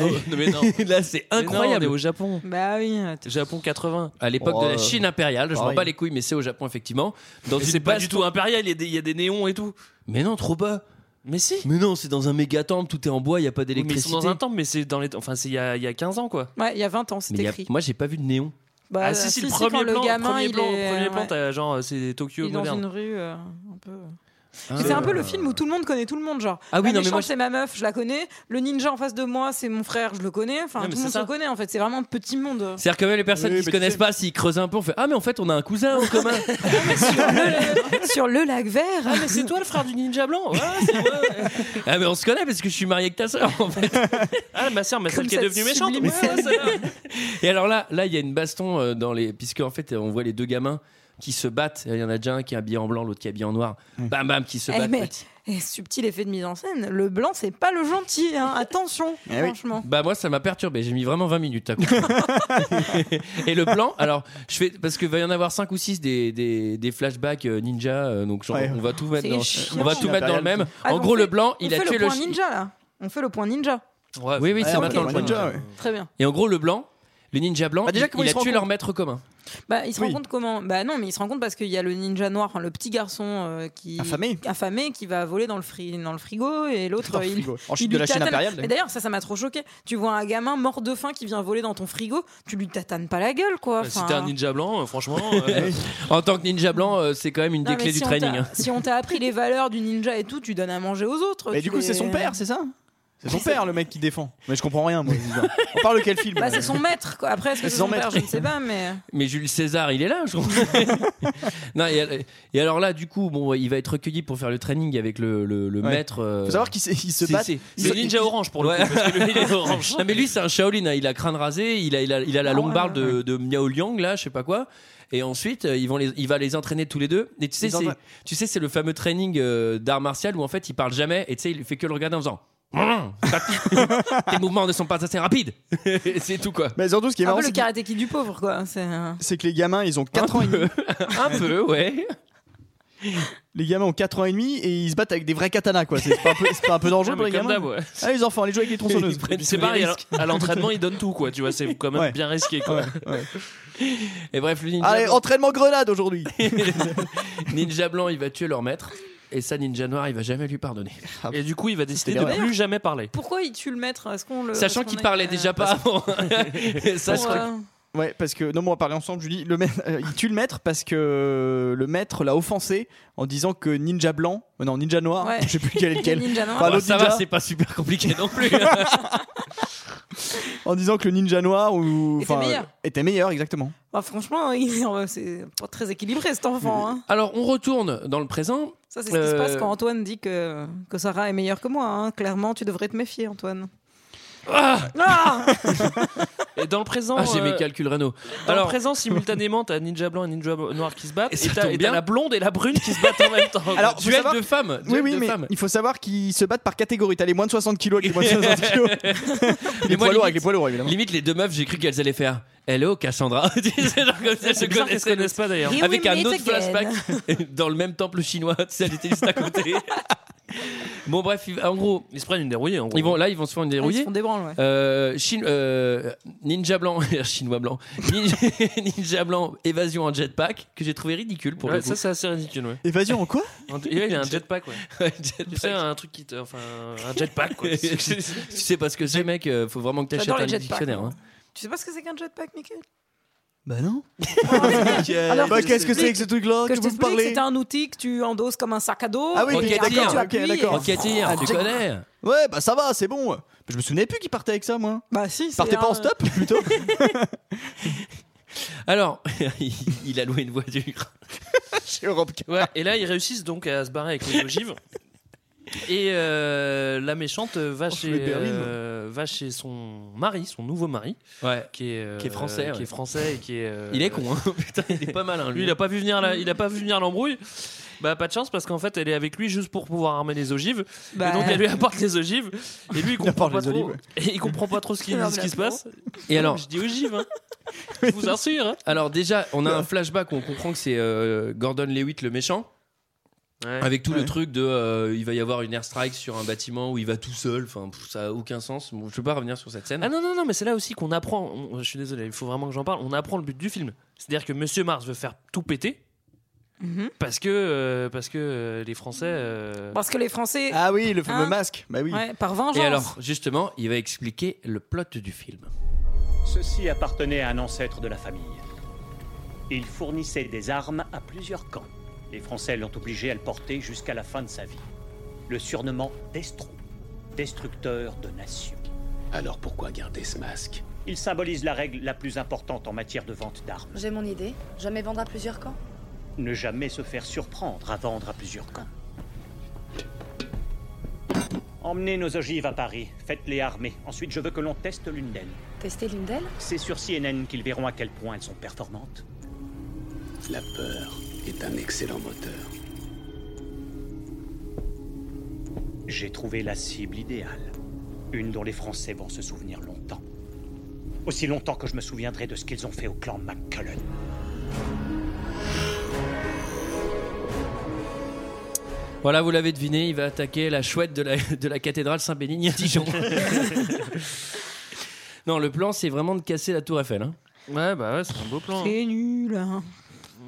non. là, c'est Mais non, incroyable. on est au Japon. Bah oui. Japon 80. À l'époque Oh, de la euh, Chine impériale, je m'en pareil. bats les couilles, mais c'est au Japon effectivement. Dans Et une c'est pas base- du tout impérial, il y a des- il y, a des néons et tout. Mais non, trop bas. Mais si. Mais non, c'est dans un méga temple, tout est en bois, il y a pas Oui, mais ils d'électricité. sont dans un temple, mais c'est dans les. Enfin, c'est il y a, il y a 15 ans quoi. Ouais, il y a 20 ans, c'est Mais il y a- écrit. Moi, j'ai pas vu de néon. Bah, ah si, si, le quand premier le plan, gamin, premier il plan, est- premier plan, ouais. t'as genre euh, c'est Tokyo Il est dans une moderne. rue euh, un peu. Ah, C'est un peu euh, le film où tout le monde connaît tout le monde, genre. Ah oui, la non, mais méchante, moi, je- c'est ma meuf, je la connais. Le ninja en face de moi, c'est mon frère, je le connais. Enfin, Non, mais tout c'est le monde ça. se connaît en fait. C'est vraiment un petit monde. *laughs* C'est-à-dire que même les personnes Oui, qui se mais tu connaissent sais- pas, s'ils creusent un peu, on fait Ah, mais en fait, on a un cousin en commun. Sur le lac vert. Ah mais c'est toi le frère du ninja blanc. Ouais, ah, mais on se connaît parce que je suis marié avec ta sœur, en fait. Ah, ma sœur, ma sœur Comme qui est cette devenue méchante. sublime Ouais, ouais, celle-là. Et alors là, là, il y a une baston euh, dans les. Puisque, en fait, on voit les deux gamins qui se battent. Il y en a déjà un qui est habillé en blanc, l'autre qui est habillé en noir. Bam, bam, qui se Eh, battent. mais- et subtil effet de mise en scène. Le blanc, c'est pas le gentil. hein. Attention, Eh oui. franchement. Bah moi ça m'a perturbé, j'ai mis vraiment 20 minutes à *laughs* comprendre. Et le plan, alors je fais parce que va y en avoir 5 ou 6 des, des, des flashbacks euh, ninja euh, donc genre, Ouais. on va tout mettre C'est dans euh, chiant. on va tout mettre dans le même. Ah, en on gros fait- le blanc, on il fait a tué le le point chi- ninja là. On fait le point ninja. Oui oui, Ouais, c'est on maintenant le fait le point ninja, ninja. ouais. Très bien. Et en gros le blanc, le ninja blanc, Ah, Bah, déjà, il- comment il, il a se rend tué leur compte maître commun. Bah, il se Oui. rend compte comment Bah non, mais il se rend compte parce qu'il y a le ninja noir, enfin, le petit garçon euh, qui Affamé. affamé, qui va voler dans le, fri- dans le frigo et l'autre Dans le il, frigo. En il chute lui de la Chine tatane. impériale, Mais d'ailleurs. d'ailleurs ça, ça m'a trop choqué. Tu vois un gamin mort de faim qui vient voler dans ton frigo, tu lui tatanes pas la gueule quoi. Si Enfin, t'es un ninja blanc, euh, franchement. en tant que ninja blanc, euh, c'est quand même une non, des mais clés si du on training. t'a- hein. Si on t'a appris les valeurs du ninja et tout, tu donnes à manger aux autres. Mais tu du coup, c'est les- son père, c'est ça C'est son père, le mec qui défend. Mais je comprends rien, moi. cette histoire. On parle de quel film Bah, c'est son maître. Quoi. Après, est-ce que Mais c'est son son père maître. Je ne sais pas, mais. Mais Jules César, il est là, je crois. *laughs* non, et, al- et alors là, du coup, bon, il va être recueilli pour faire le training avec le, le, le Ouais. maître. euh, Faut savoir qu'ils se- ils se c'est- battent. c'est- Ils c'est se- ninja orange pour le Ouais. coup, parce que lui, il est *laughs* orange. non, mais lui, c'est un Shaolin. hein. Il a crâne rasé, il a, il a, il a Ah la longue barbe de, de Miao Liang, là, je sais pas quoi. Et ensuite, euh, ils vont les, il va les entraîner tous les deux. Et tu sais, Ils c'est, entra- tu sais, c'est le fameux training euh, d'art martial où en fait, il parle jamais et tu sais, il fait que le regarder en faisant. *laughs* Mmh. Tes mouvements ne sont pas assez rapides. *laughs* c'est tout quoi. Mais Bah, surtout, ce qui est Un marrant, peu le c'est que- karaté qui du pauvre, quoi. C'est. euh, c'est que les gamins, ils ont 4 ans et demi. Un peu, ouais. Les gamins ont 4 ans et demi et ils se battent avec des vrais katanas quoi. C'est pas, un peu- c'est pas un peu dangereux Ah, pour mais les comme gamins d'hab, ouais. Ah les enfants, allez jouer avec les tronçonneuses. C'est pareil, à, *laughs* à l'entraînement, ils donnent tout, quoi. Tu vois, c'est quand même Ouais. bien risqué, quoi. Ouais, Et bref, le ninja, hein. Allez, entraînement grenade aujourd'hui. ninja blanc, il va tuer leur maître. Et ça, Ninja Noir, il va jamais lui pardonner. Ah, Et du coup, il va décider C'était de bien. plus jamais parler. Pourquoi il tue le maître Est-ce qu'on le Sachant est-ce qu'on qu'il est- euh, parlait déjà pas *laughs* avant. euh, ça, Parce que- Ouais, parce que non, mais on va parler ensemble, Julie. Le maître, euh, il tue le maître parce que le maître l'a offensé en disant que ninja blanc, euh, non ninja noir, Ouais. je sais plus quel est *laughs* lequel. Ninja noir. Enfin, Bah, l'autre ça ninja, va, c'est pas super compliqué non *laughs* plus. en disant que le ninja noir ou Était enfin, meilleur. euh, était meilleur exactement. Bah, franchement, il- c'est pas très équilibré cet Mmh. enfant. hein. Alors, on retourne dans le présent. Ça, c'est ce qui se passe quand Antoine dit que, que Sarah est meilleure que moi. hein. Clairement, tu devrais te méfier, Antoine. Ah Ah Et dans le présent. Ah, j'ai euh, mes calculs rénaux. Dans Alors- le présent, simultanément, t'as Ninja Blanc et Ninja Noir qui se battent. Et ça Et t'as tombe et t'as bien. la blonde et la brune qui se battent en même temps. Alors, faut duel savoir- de femmes. Oui, duel oui, de mais femmes. il faut savoir qu'ils se battent par catégorie. T'as les moins de 60 kilos avec les moins de *laughs* 60 kilos. Les poids avec les poids évidemment. Limite, les deux meufs, j'ai cru qu'elles allaient faire Hello Cassandra. *laughs* Tu sais, genre comme si elles se *laughs* C'est bizarre qu'elles se connaissaient. connaissent pas, Eh d'ailleurs. Here we Ah, Avec un meet autre again. flashback *laughs* dans le même temple chinois. Tu sais, elle était juste à *laughs* côté. bon, bref, ils- en gros. Ils se prennent une dérouillée, en gros. Ils vont, là, ils vont se faire une dérouillée. Ah, Ils se font des branles, ouais. Euh, Chine- euh, ninja blanc, *laughs* chinois blanc, ninja, *laughs* ninja blanc, évasion en jetpack, que j'ai trouvé ridicule pour Ouais, le coup. *laughs* ça, c'est assez ridicule, ouais. Évasion en quoi En- et *laughs* ouais, il a un jetpack, ouais. jetpack. Tu sais, un truc qui te. Enfin, un jetpack, quoi. *laughs* tu sais pas ce que c'est, mec, euh, faut vraiment que t'achètes J'adore les un jetpacks, dictionnaire. moi. hein. Tu sais pas ce que c'est qu'un jetpack, *laughs* Michael Bah non. *laughs* Alors, bah je qu'est-ce que c'est que t'explique- ce truc-là que Tu je peux me t'explique, parler C'est un outil que tu endosses comme un sac à dos. Ah oui, et mais après, d'accord, tu ok, appuies. d'accord. Enquêteur, tu Jack- connais. Ouais, bah ça va, c'est bon. Mais Je me souvenais plus qu'il partait avec ça, moi. Bah si, c'est Partez pas un- en *laughs* stop plutôt. Alors, *laughs* il- il a loué une voiture. Chez Europe Ouais, et là, ils réussissent donc à se barrer avec les ogives. Et euh, la méchante va les chez, berlines. euh, va chez son mari, son nouveau mari, qui, est, euh, Qui est français, qui ouais. est français et qui est. euh, Il est con, hein. *laughs* putain, il est pas malin. Lui, il a pas vu venir la- il a pas vu venir l'embrouille. Bah pas de chance parce qu'en fait elle est avec lui juste pour pouvoir armer les ogives. Bah. Et donc elle lui apporte les ogives *laughs* et lui il comprend pas apporte les trop. olives, Et il comprend pas trop *laughs* ce qui, Alors, ce qui se bien passe. Et alors je dis *laughs* ogives. Hein. Je vous assure. hein. Alors déjà, on a un flashback où on comprend que c'est euh, Gordon Lewitt le méchant. Avec tout le Ouais. truc de euh, il va y avoir une airstrike sur un bâtiment où il va tout seul, enfin pff, ça a aucun sens. Bon, je peux pas revenir sur cette scène. Ah non, non, non, mais c'est là aussi qu'on apprend. on- je suis désolé, il faut vraiment que j'en parle. On apprend le but du film. C'est-à-dire que Monsieur Mars veut faire tout péter. *laughs* mhm. Parce que, euh, parce que euh, les Français. euh, Bah. Parce que les Français. Ah oui, le fameux Hein masque. Bah oui. Ouais, par vengeance. Et alors, justement, il va expliquer le plot du film. Ceux-ci appartenaient à un ancêtre de la famille. Il fournissait des armes à plusieurs camps. Les Français l'ont obligé à le porter jusqu'à la fin de sa vie. Le surnement Destro, destructeur de nations. Alors pourquoi garder ce masque Il symbolise la règle la plus importante en matière de vente d'armes. J'ai mon idée. Jamais vendre à plusieurs camps. Ne jamais se faire surprendre à vendre à plusieurs camps. Emmenez nos ogives à Paris, faites-les armer. Ensuite, je veux que l'on teste l'une d'elles. Tester l'une d'elles C'est sur CNN qu'ils verront à quel point elles sont performantes. La peur est un excellent moteur. J'ai trouvé la cible idéale. Une dont les Français vont se souvenir longtemps. Aussi longtemps que je me souviendrai de ce qu'ils ont fait au clan McCullen. Voilà, vous l'avez deviné, il va attaquer la chouette de la, de la cathédrale Saint-Bénigne *laughs* à Dijon. non, le plan, c'est vraiment de casser la tour Eiffel. hein. Ouais, bah ouais, c'est un beau plan. C'est nul. hein.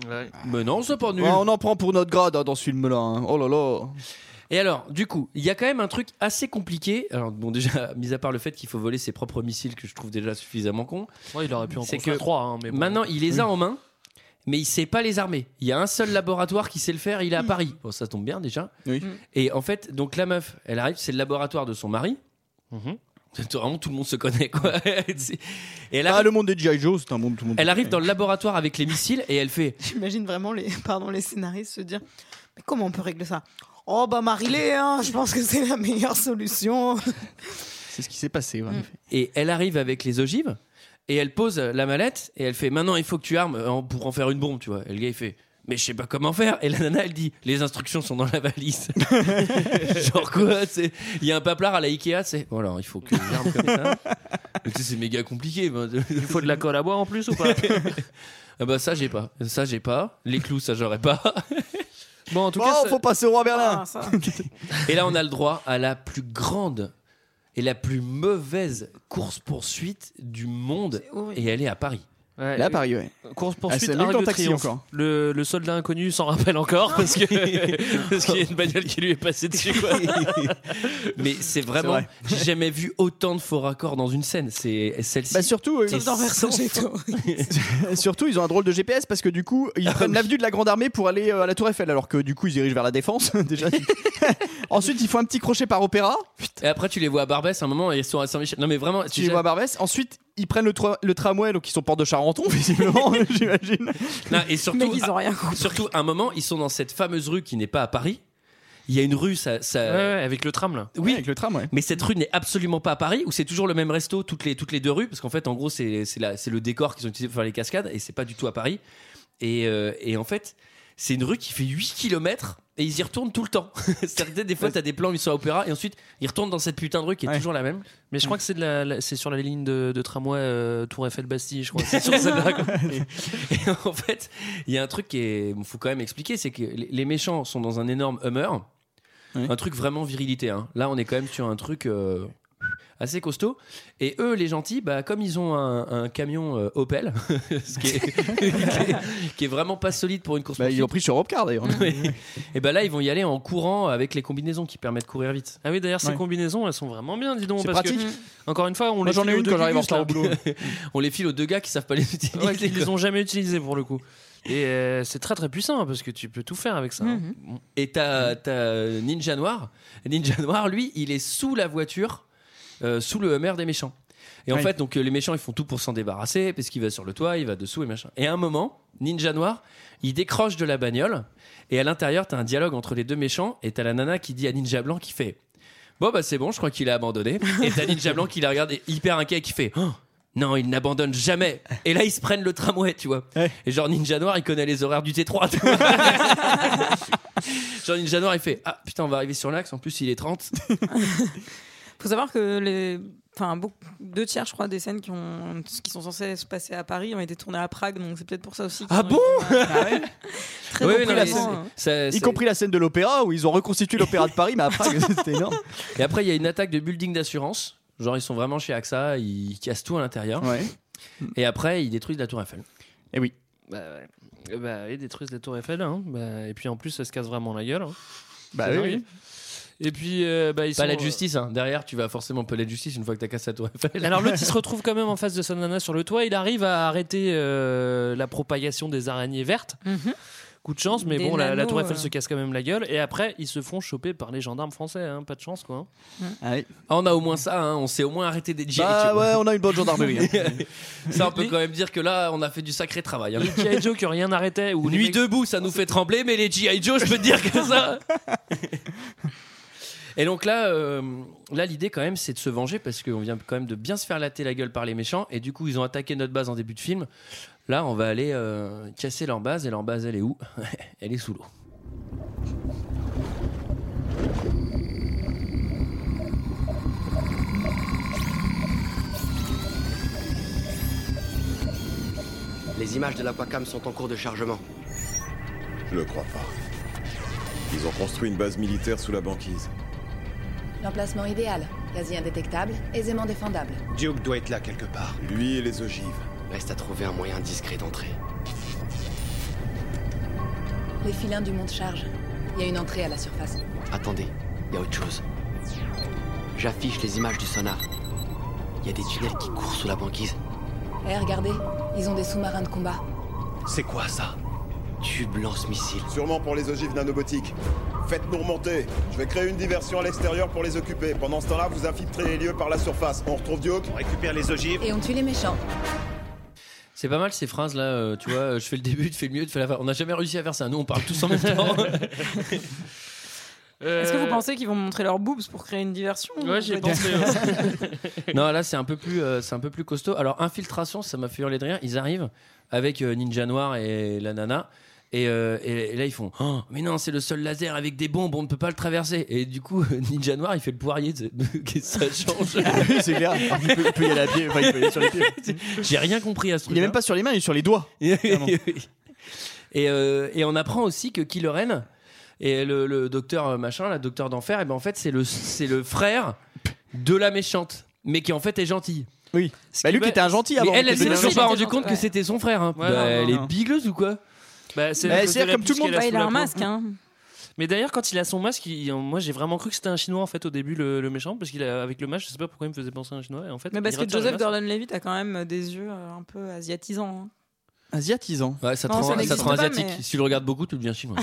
*laughs* Mais non, c'est pas nul. Ouais, Bah, on en prend pour notre grade hein, dans ce film-là. hein. Oh là là. Et alors, du coup, il y a quand même un truc assez compliqué. Alors, bon, déjà, *laughs* mis à part le fait qu'il faut voler ses propres missiles, que je trouve déjà suffisamment con. Ouais, il aurait pu en C'est construire que trois, hein, mais bon. Maintenant, il les a Oui. en main, mais il sait pas les armer. Il y a un seul laboratoire qui sait le faire, il est à Paris. Bon, ça tombe bien déjà. Et en fait, donc la meuf, elle arrive, c'est le laboratoire de son mari. Mhm. *laughs* Vraiment, tout le monde se connaît, quoi. *laughs* Et elle Ah, arrive- le monde des G.I. Joe, c'est un monde tout le monde. elle arrive dans le laboratoire avec les missiles et elle fait J'imagine vraiment les, pardon, les scénaristes se dire Mais comment on peut régler ça Oh bah Marilé, hein, je pense que c'est la meilleure solution. C'est ce qui s'est passé, Mm. ouais, en effet. et elle arrive avec les ogives et elle pose la mallette et elle fait maintenant il faut que tu armes euh, en- pour en faire une bombe tu vois et le gars il fait mais je sais pas comment faire et la nana elle dit les instructions sont dans la valise genre quoi c'est il y a un paplard à la Ikea c'est bon alors il faut que j'arme comme ça Mais tu sais, c'est méga compliqué il faut de la colle à boire en *laughs* plus ou pas ah bah ça j'ai pas ça j'ai pas les clous ça j'aurais pas Bon, en tout Bon, cas, ça- Oh, faut passer au roi Ah, Berlin. Et là, on a le droit à la plus grande et la plus mauvaise course-poursuite du monde. Et elle est à Paris. Ouais, euh, Course Ah, poursuite, Arc de Triomphe. Le, le soldat inconnu s'en rappelle encore parce que *laughs* parce qu'il y a une bagnole qui lui est passée dessus. quoi. Mais c'est vraiment. vrai. J'ai jamais vu autant de faux raccords dans une scène. C'est celle-ci. Bah, surtout, oui. C'est Sauf dans Versailles, sans toi. fin. *laughs* Surtout, ils ont un drôle de GPS parce que du coup, Ah ils prennent l'avenue de la Grande Armée pour aller euh, à la Tour Eiffel, alors que du coup, ils dirigent vers la Défense. *laughs* *laughs* déjà. Ensuite, ils font un petit crochet par opéra. Et après, tu les vois à Barbès à un moment et ils sont à Saint-Michel. Non, mais vraiment. Tu les vois à Barbès. Ensuite, ils prennent le, tra- le tramway, donc ils sont port de Charenton, *laughs* *laughs* visiblement, j'imagine. *laughs* Non, et *laughs* surtout, *laughs* ah, Mais ils ont rien surtout, à un moment, ils sont dans cette fameuse rue qui n'est pas à Paris. Il y a une rue, ça. ça- avec le tram là. Oui, avec le tram, Mais cette rue n'est absolument pas à Paris, où c'est toujours le même resto toutes les, toutes les deux rues, parce qu'en fait, en gros, c'est c'est la- c'est le décor qu'ils ont utilisé pour faire les cascades, et c'est pas du tout à Paris. Et, euh, et en fait, c'est une rue qui fait 8 km. Et ils y retournent tout le temps. *laughs* C'est-à-dire que des fois, t'as des plans, où ils sont à Opéra, et ensuite, ils retournent dans cette putain de rue qui est toujours la même. Mais je crois que c'est de la- la- c'est sur la ligne de, de tramway euh, Tour Eiffel Bastille, je crois. C'est sur *laughs* celle-là. quoi. Et en fait, il y a un truc qui est, faut quand même expliquer, c'est que les les méchants sont dans un énorme Hummer, un truc vraiment virilité. hein. Là, on est quand même sur un truc euh, assez costaud. Et eux, les gentils, bah comme ils ont un, un camion euh, Opel, *laughs* ce qui est, *laughs* qui est- qui est vraiment pas solide pour une course. Bah, ils l'ont pris sur Robcar d'ailleurs. Mmh. *laughs* Et bah là, ils vont y aller en courant avec les combinaisons qui permettent de courir vite. Ah oui, d'ailleurs, ces Ouais. combinaisons, elles sont vraiment bien, dis donc. C'est parce que, pratique. encore une fois, on Moi, les j'en ai file aux une deux quand j'arrive en gugus, retard là. au *laughs* boulot. on les file aux deux gars qui savent pas les utiliser. *laughs* *laughs* Ouais, qu'ils les quoi. ont jamais utilisés pour le coup. Et euh, c'est très très puissant hein, parce que tu peux tout faire avec ça. hein. Bon. Et t'as t'as Ninja Noir. Ninja *laughs* Noir, lui, il est sous la voiture, euh, sous le Hummer des méchants. Et en Oui. fait, donc euh, les méchants, ils font tout pour s'en débarrasser, parce qu'il va sur le toit, il va dessous et machin. Et à un moment, Ninja Noir, il décroche de la bagnole, et à l'intérieur, t'as un dialogue entre les deux méchants, et t'as la nana qui dit à Ninja Blanc qui fait Bon, bah c'est bon, je crois qu'il a abandonné. Et t'as Ninja Blanc qui la regarde et hyper inquiet et qui fait Oh, Non, il n'abandonne jamais. Et là, ils se prennent le tramway, tu vois. Et genre, Ninja Noir, il connaît les horaires du T3. tu vois. genre, Ninja Noir, il fait Ah putain, on va arriver sur l'axe, en plus, il est 30. faut savoir que les enfin beaucoup- deux tiers je crois des scènes qui ont qui sont censées se passer à Paris ont été tournées à Prague donc c'est peut-être pour ça aussi qu'ils Ah ont bon eu- Très Oui, oui, complètement, non, mais c'est- hein. ça- y c'est- compris la scène de l'opéra où ils ont reconstitué l'opéra de Paris, mais après, *laughs* c'était énorme. Et après, il y a une attaque de building d'assurance. Genre, ils sont vraiment chez AXA, ils cassent tout à Mm. l'intérieur. Et après, ils détruisent la Tour Eiffel. Et Eh oui. Bah, ouais. Euh, bah, ils détruisent la tour Eiffel. hein. Bah, et puis en plus, ça se casse vraiment la gueule. hein. Bah oui, C'est dingue. oui. Et puis, euh, bah, ils Pas sont, la euh, justice, hein. derrière tu vas forcément pas la justice une fois que t'as cassé la tour Eiffel. Alors l'autre, *laughs* il se retrouve quand même en face de sa nana sur le toit. Il arrive à arrêter euh, la propagation des araignées vertes. hein. Mhm. Coup de chance, mais Des bon, la, la nanos, tour Eiffel euh. se casse quand même la gueule. Et après, ils se font choper par les gendarmes français. hein. Pas de chance, quoi. Ah, on a au moins ça, hein. on s'est au moins arrêté des GI. Bah tu vois. ouais, on a une bonne *laughs* gendarmerie, hein. ça, on peut quand même dire que là, on a fait du sacré travail. hein. Les G.I. Joe que rien n'arrêtait. Ou les Nuit mecs- debout, ça nous fait trembler, mais les G.I. Joe, je peux te dire que *laughs* ça. Et donc là, euh, là l'idée quand même, c'est de se venger parce qu'on vient quand même de bien se faire latter la gueule par les méchants. Et du coup, ils ont attaqué notre base en début de film. Là, on va aller euh, casser leur base. Et leur base, elle est où *laughs* Elle est sous l'eau. Les images de l'Aquacam sont en cours de chargement. Je le crois pas. Ils ont construit une base militaire sous la banquise. L'emplacement idéal, quasi indétectable, aisément défendable. Duke doit être là quelque part. Lui et les ogives. Reste à trouver un moyen discret d'entrer. Les filins du monde chargent. Il y a une entrée à la surface. Attendez, il y a autre chose. J'affiche les images du sonar. Il y a des tunnels qui courent sous la banquise. Eh, regardez, ils ont des sous-marins de combat. C'est quoi ça Tube lance-missile. Sûrement pour les ogives nanobotiques. Faites-nous remonter. Je vais créer une diversion à l'extérieur pour les occuper. Pendant ce temps-là, vous infiltrez les lieux par la surface. On retrouve *laughs* Duke. On récupère les ogives. Et on tue les méchants. C'est pas mal ces phrases là, tu vois. euh, Je fais le début, tu fais le milieu, tu fais la fin. On n'a jamais réussi à faire ça. Nous, on parle tous en même temps. Est-ce que vous pensez qu'ils vont montrer leurs boobs pour créer une diversion Euh, Ouais, j'y ai Peut-être. *laughs* pensé, *laughs* non, là c'est un peu plus, euh, c'est un peu plus costaud. Alors infiltration, ça m'a fait hurler de rire. Ils arrivent avec euh, Ninja Noir et la nana. Et, euh, et- et là ils font oh, mais non c'est le seul laser avec des bombes on ne peut pas le traverser et du coup *laughs* Ninja Noir il fait le poirier tu sais. qu'est-ce *laughs* que ça *laughs* change c'est clair. Il peut, il peut y aller à pied, enfin, il peut y aller sur les pieds. j'ai rien compris à ce truc Il est même pas *laughs* sur les mains, il est sur les doigts. et, euh, et on apprend aussi que Kylo Ren, Et le, le docteur euh, machin, la docteur d'enfer, et ben en fait, c'est le, c'est le frère de la méchante, mais qui en fait est gentille. Oui. Bah, lui qui était un gentil avant, elle, qui elle était ne bien s'est gentil. pas rendu compte Ouais. que c'était son frère. hein. Ouais, Bah, non, non, elle non. est bigleuse ou quoi Bah, c'est Bah, c'est-à-dire je dirais comme tout le plus monde. qu'elle a Bah, sous il a la un peau. masque, hein. Mais d'ailleurs, quand il a son masque, il- moi j'ai vraiment cru que c'était un chinois en fait au début le, le méchant parce qu'il a avec le masque, je sais pas pourquoi il me faisait penser à un chinois et en fait. Mais il parce que retire le Joseph masque. Gordon-Levitt a quand même des yeux euh, un peu asiatisants. hein. Asiatisant. Ouais, ça te Non, rend, ça ça te n'existe rend pas, asiatique. mais- Si tu le regardes beaucoup, tu deviens chinois.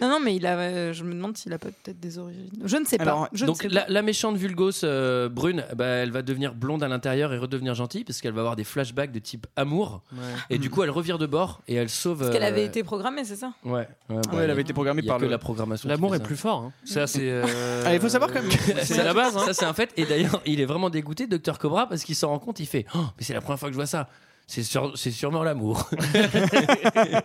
Non, non, mais il a, euh, je me demande s'il a pas peut-être des origines. Je ne sais pas. Alors, je ne donc sais pas. la, la méchante Vulgos euh, brune, bah, elle va devenir blonde à l'intérieur et redevenir gentille parce qu'elle va avoir des flashbacks de type amour. Ouais. Et du coup, elle revire de bord et elle sauve. Hmm. Parce qu'elle euh, avait été programmée, c'est ça Ouais, ouais, bah, ouais, elle avait été programmée y a par que le- la programmation. L'amour qui est fait plus ça. fort. hein. Ça c'est. euh, Ah, il faut *laughs* savoir quand même- c'est la base. hein. Ça c'est un fait. Et d'ailleurs, il est vraiment dégoûté, Docteur Cobra, parce qu'il s'en rend compte. Il fait, Oh, mais c'est la première fois que je vois ça. C'est sur- c'est sûrement l'amour. *laughs*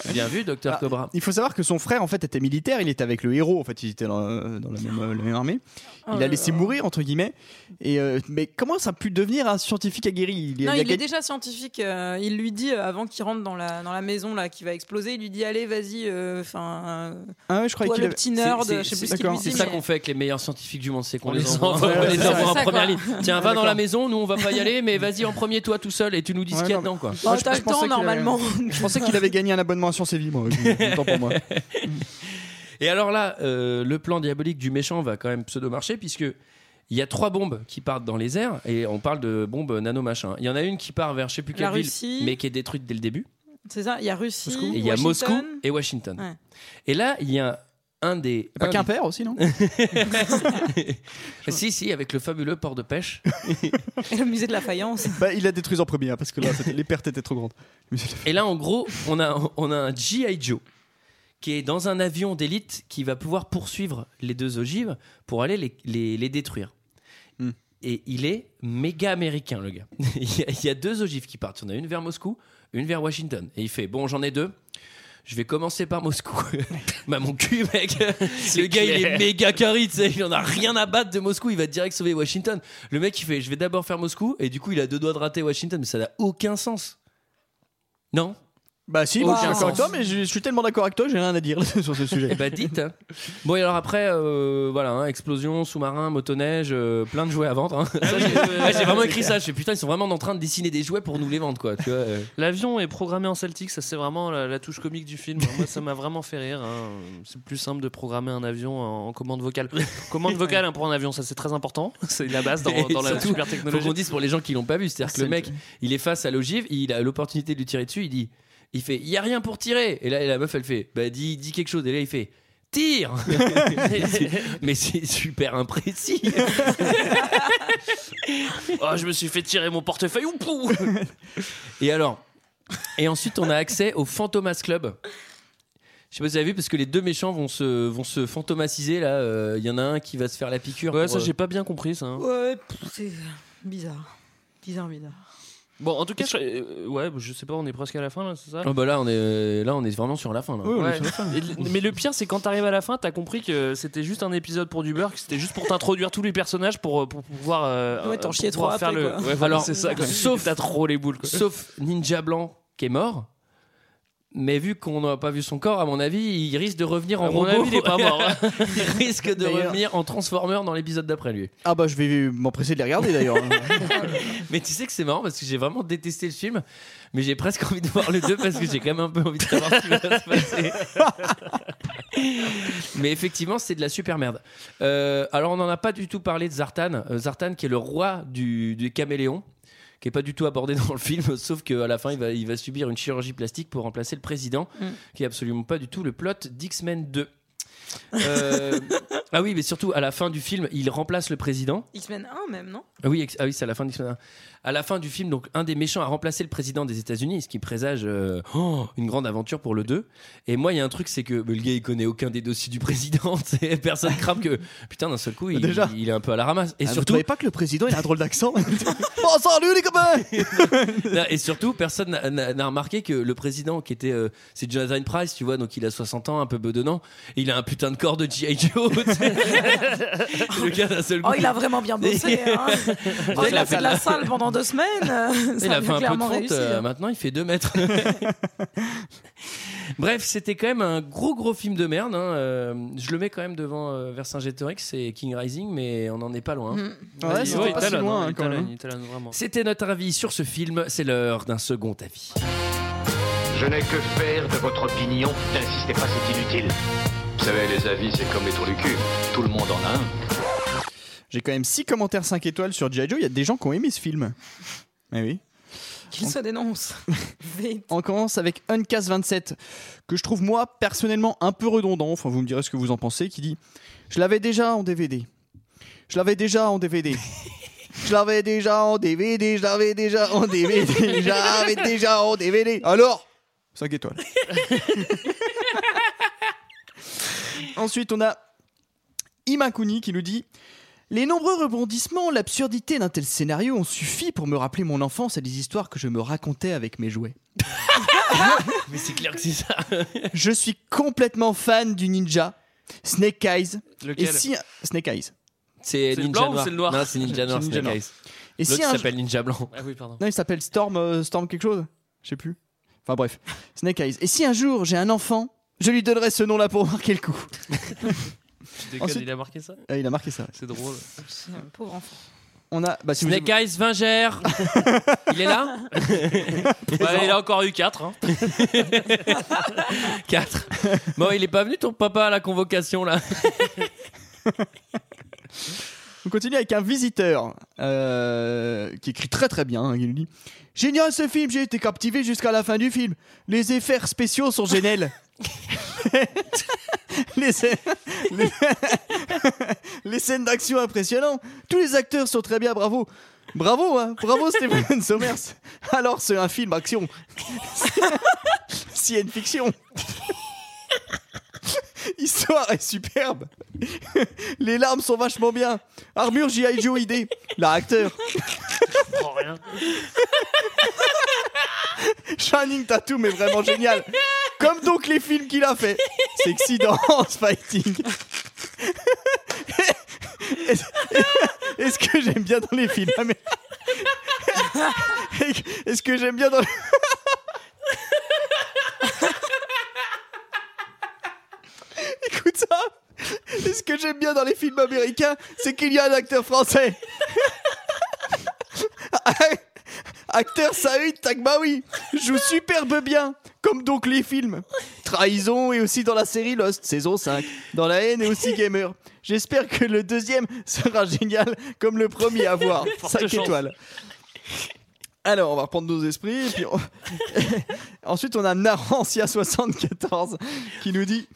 Ah. Bien vu, Docteur Cobra. Il faut savoir que son frère, en fait, était militaire. Il était avec le héros. En fait, il était dans, euh, dans la, même, euh, la même armée. Oh Il là a laissé mourir, entre guillemets. Et, euh, mais comment ça a pu devenir un scientifique aguerri il, Non, a il, est gagné- déjà scientifique. euh, il lui dit euh, avant qu'il rentre dans la, dans la maison là qui va exploser, il lui dit allez vas-y. euh, Enfin, euh, Ah ouais, je croyais toi, qu'il le avait- petit nerd. C'est- Je sais c'est- plus ce qu'il lui dit. C'est ça mais- qu'on fait avec les meilleurs scientifiques du monde, c'est qu'on On les les envoie, envoie, on les ouais, envoie c'est en ça, première quoi. ligne. Tiens, Ouais, va dans la d'accord. maison, nous on va pas y aller, mais vas-y en premier toi tout seul et tu nous dis ce qu'il y a non. dedans quoi. Oh, Moi, je- je pensais qu'il avait- Je pensais qu'il avait gagné un abonnement à Science et Vie, moi. Autant pour *laughs* moi. Et alors là, euh, le plan diabolique du méchant va quand même pseudo-marcher puisque il y a trois bombes qui partent dans les airs et on parle de bombes nano-machin. Il y en a une qui part vers je sais plus La quelle ville, Russie. mais qui est détruite dès le début. C'est ça. Il y a Russie. Et il y a Washington. Moscou et Washington. Ouais. Et là, il y a un des. Pas un qu'un père aussi, non *laughs* des- Si, si, avec le fabuleux port de pêche. Et le musée de la faïence. Bah, il l'a détruit en premier, hein, parce que là, c'était- les pertes étaient trop grandes. Et là, en gros, on a, on a un G.I. Joe qui est dans un avion d'élite qui va pouvoir poursuivre les deux ogives pour aller les, les- les détruire. Et il est méga américain, le gars. *laughs* il, y a, il y a deux ogives qui partent. On a une vers Moscou, une vers Washington. Et il fait Bon, j'en ai deux. Je vais commencer par Moscou. *laughs* bah, mon cul, mec. le gars, il est clair. méga carré, tu sais. Il en a rien à battre de Moscou. Il va direct sauver Washington. Le mec, il fait Je vais d'abord faire Moscou. Et du coup, il a deux doigts de rater Washington. Mais ça n'a aucun sens. Non Bah si, Aucun moi, je suis d'accord avec sens. toi, mais je, je suis tellement d'accord avec toi, j'ai rien à dire *laughs* sur ce sujet. Eh bah dites. Bon et alors après, euh, voilà, hein, explosion, sous-marin, motoneige, euh, plein de jouets à vendre. hein. Ah Ça, j'ai *laughs* ouais, j'ai vraiment écrit ça. Je fais putain, ils sont vraiment en train de dessiner des jouets pour nous les vendre quoi. Tu vois. euh. L'avion est programmé en Celtic, ça c'est vraiment la, la touche comique du film. Moi ça m'a vraiment fait rire. hein. C'est plus simple de programmer un avion en, en commande vocale. Commande vocale hein, pour un avion, ça c'est très important. *laughs* C'est la base dans, dans Et la surtout, super Faut qu'on technologie. dise pour les gens qui l'ont pas vu, c'est-à-dire que le C'est- mec, il est face à l'ogive, il a l'opportunité de lui tirer dessus, il dit, il fait, il y a rien pour tirer. Et là la meuf elle fait, bah dis, dis quelque chose. Et là il fait. Tire *laughs* Mais c'est super imprécis Oh, je me suis fait tirer mon *laughs* portefeuille. Oupou Et alors Et ensuite, on a accès au Fantomas Club. Je sais pas si vous avez vu, parce que les deux méchants vont se, vont se fantomasiser là. Euh, Il y en a un qui va se faire la piqûre. euh, Ouais, ça, j'ai pas bien compris ça. hein. Ouais, pff, c'est bizarre, bizarre, bizarre. Bon, en tout cas, je, euh, ouais, je sais pas, on est presque à la fin là, c'est ça Oh bah là on, est, là, on est vraiment sur la fin. Là. Ouais. Et le- mais le pire, c'est quand t'arrives à la fin, t'as compris que c'était juste un épisode pour du beurre, que c'était juste pour t'introduire tous les personnages pour, pour pouvoir. euh, Ouais, t'en pour chier pouvoir trois faire après, le. quoi. Ouais, voilà, Alors, c'est ça. quoi. sauf- t'as trop les boules. Quoi. Sauf Ninja Blanc qui est mort. Mais vu qu'on n'a pas vu son corps, à mon avis, il risque de revenir en À mon robot. avis, il est pas mort. hein. *laughs* il risque de D'ailleurs- revenir en Transformer dans l'épisode d'après lui. Ah bah je vais m'empresser de les regarder d'ailleurs. *laughs* Ah, *laughs* Mais tu sais que c'est marrant parce que j'ai vraiment détesté le film, mais j'ai presque envie de voir le 2 parce que j'ai quand même un peu envie de savoir ce qui va se passer. mais effectivement, c'est de la super merde. Euh, alors, on n'en a pas du tout parlé de Zartan. Euh, Zartan, qui est le roi du, du caméléon, qui est pas du tout abordé dans le film, *laughs* sauf qu'à la fin, il va, il va subir une chirurgie plastique pour remplacer le président, Mm. qui est absolument pas du tout le plot d'X-Men 2. Euh, *laughs* ah oui, mais surtout à la fin du film, il remplace le président. X-Men 1 même, non Ah oui, ex- ah oui c'est à la fin du film. À la fin du film, donc un des méchants a remplacé le président des États-Unis, ce qui présage euh, oh, une grande aventure pour le 2. Et moi, il y a un truc, c'est que bah, le gars, il connaît aucun des dossiers du président. *laughs* tu sais. Personne crame que putain, d'un seul coup, il, Déjà. il est un peu à la ramasse. Et Ah, Vous surtout, trouvez pas que le président il a un drôle *laughs* d'accent Bon salut les copains Non, *laughs* et surtout, personne n'a- n'a n'a remarqué que le président qui était, euh, c'est Jonathan Price, tu vois, donc il a 60 ans, un peu bedonnant, et il a un putain putain de corps de G.I. Joe. tu sais. *laughs* le gars d'un seul coup. Oh, *laughs* il a vraiment bien bossé. Hein. Il a il a fait fait de la salle pendant deux semaines. *laughs* Ça il a bien fait un peu de clairement fonte, réussi. euh, maintenant il fait 2 mètres. *laughs* Bref, c'était quand même un gros gros film de merde. hein, euh, je le mets quand même devant euh, Vercingétorix et King Rising, mais on n'en est pas loin. Mm. Ouais, Ouais, c'était il pas si talonne, loin, hein, hein, il quand talonne, même. il talonne vraiment. C'était notre avis sur ce film, c'est l'heure d'un second avis. Je n'ai que faire de votre opinion. N'insistez pas, c'est inutile. Vous savez, les avis, c'est comme les trous du cul. Tout le monde en a un. J'ai quand même 6 commentaires 5 étoiles sur G.I. Joe. Il y a des gens qui ont aimé ce film. Mais oui. Qu'il se dénonce. Vite. On commence avec Uncas 27, que je trouve moi personnellement un peu redondant, enfin vous me direz ce que vous en pensez, qui dit Je l'avais déjà en DVD. Je l'avais déjà en DVD. Je l'avais déjà en DVD, je l'avais déjà en DVD, je l'avais déjà en DVD. Alors 5 étoiles. Ensuite, on a Imakuni qui nous dit Les nombreux rebondissements, l'absurdité d'un tel scénario ont suffi pour me rappeler mon enfance et les histoires que je me racontais avec mes jouets. Mais c'est clair que c'est ça. Je suis complètement fan du ninja Snake Eyes. Lequel et si Snake Eyes. C'est le Ninja blanc ou Noir. c'est le noir Non, c'est Ninja C'est Noir, Ninja Snake Noir. Eyes. Et L'autre si un- s'appelle Ninja *laughs* Blanc. Ah oui, pardon. Non, il s'appelle Storm, euh, Storm quelque chose. Je sais plus. Enfin bref, Snake Eyes. Et si un jour j'ai un enfant, je lui donnerai ce nom-là pour *laughs* marquer le coup. Je déconne, Ensuite- il a marqué ça Ah, il a marqué ça. C'est drôle. Pauvre enfant. On a. Bah, si vous- Snake Eyes Vingère. il est là Ouais, il a encore eu 4. *laughs* 4. Bon, il est pas venu ton papa à la convocation là. On continue avec un visiteur euh, qui écrit très très bien. hein, il nous dit Génial ce film, j'ai été captivé jusqu'à la fin du film. Les effets spéciaux sont géniaux. *laughs* les, scè- les- *laughs* les scènes d'action impressionnantes. Tous les acteurs sont très bien, bravo. Bravo, hein, bravo Stephen Sommers. Alors c'est un film action. *laughs* S'il y a une fiction. *laughs* Histoire est superbe. *laughs* Les larmes sont vachement bien. Armure G.I. Joe ID. La acteur. rien. *laughs* Shining Tattoo, mais vraiment génial. Comme donc les films qu'il a fait. Sexy Dance, Fighting. *laughs* Est-ce est-ce que j'aime bien dans les films Ah, mais- *laughs* Est-ce que j'aime bien dans les... Écoute ça Et ce que j'aime bien dans les films américains, c'est qu'il y a un acteur français *laughs* Acteur Saïd Tagbaoui joue superbe bien, comme donc les films. Trahison et aussi dans la série Lost, saison 5. Dans la haine et aussi Gamer. J'espère que le deuxième sera génial comme le premier à voir. *laughs* Forte 5 chance. étoiles. Alors, on va reprendre nos esprits. Et puis on- *laughs* Ensuite, on a Narancia74 qui nous dit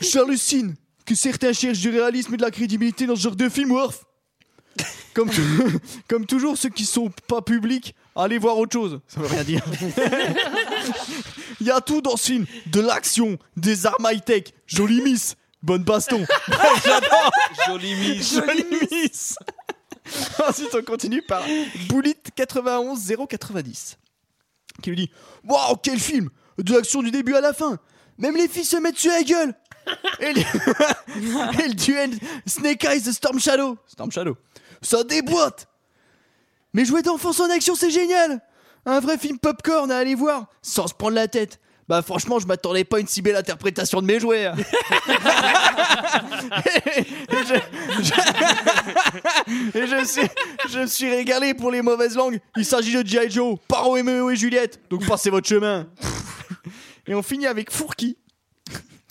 J'hallucine que certains cherchent du réalisme et de la crédibilité dans ce genre de film, Worf. Comme, tou- *laughs* comme toujours, ceux qui sont pas publics, allez voir autre chose. Ça veut rien dire. *laughs* Il y a tout dans ce film de l'action, des armes high-tech, jolie miss, bonne baston. *laughs* J'adore Jolie miss. Jolie miss *laughs* Ensuite, on continue par Bullet91090 qui lui dit Waouh, quel film De l'action du début à la fin Même les filles se mettent sur la gueule *laughs* Et le, et le duel Snake Eyes de Storm Shadow Storm Shadow Ça déboîte Mais jouer d'enfance en action, c'est génial Un vrai film popcorn à aller voir, sans se prendre la tête bah franchement, je m'attendais pas à une si belle interprétation de mes *laughs* jouets. hein. Et je *laughs* suis, je me suis régalé pour les mauvaises langues. Il s'agit de G.I. Joe, Paro, Méo et Juliette. Donc passez votre chemin. Et on finit avec Fourki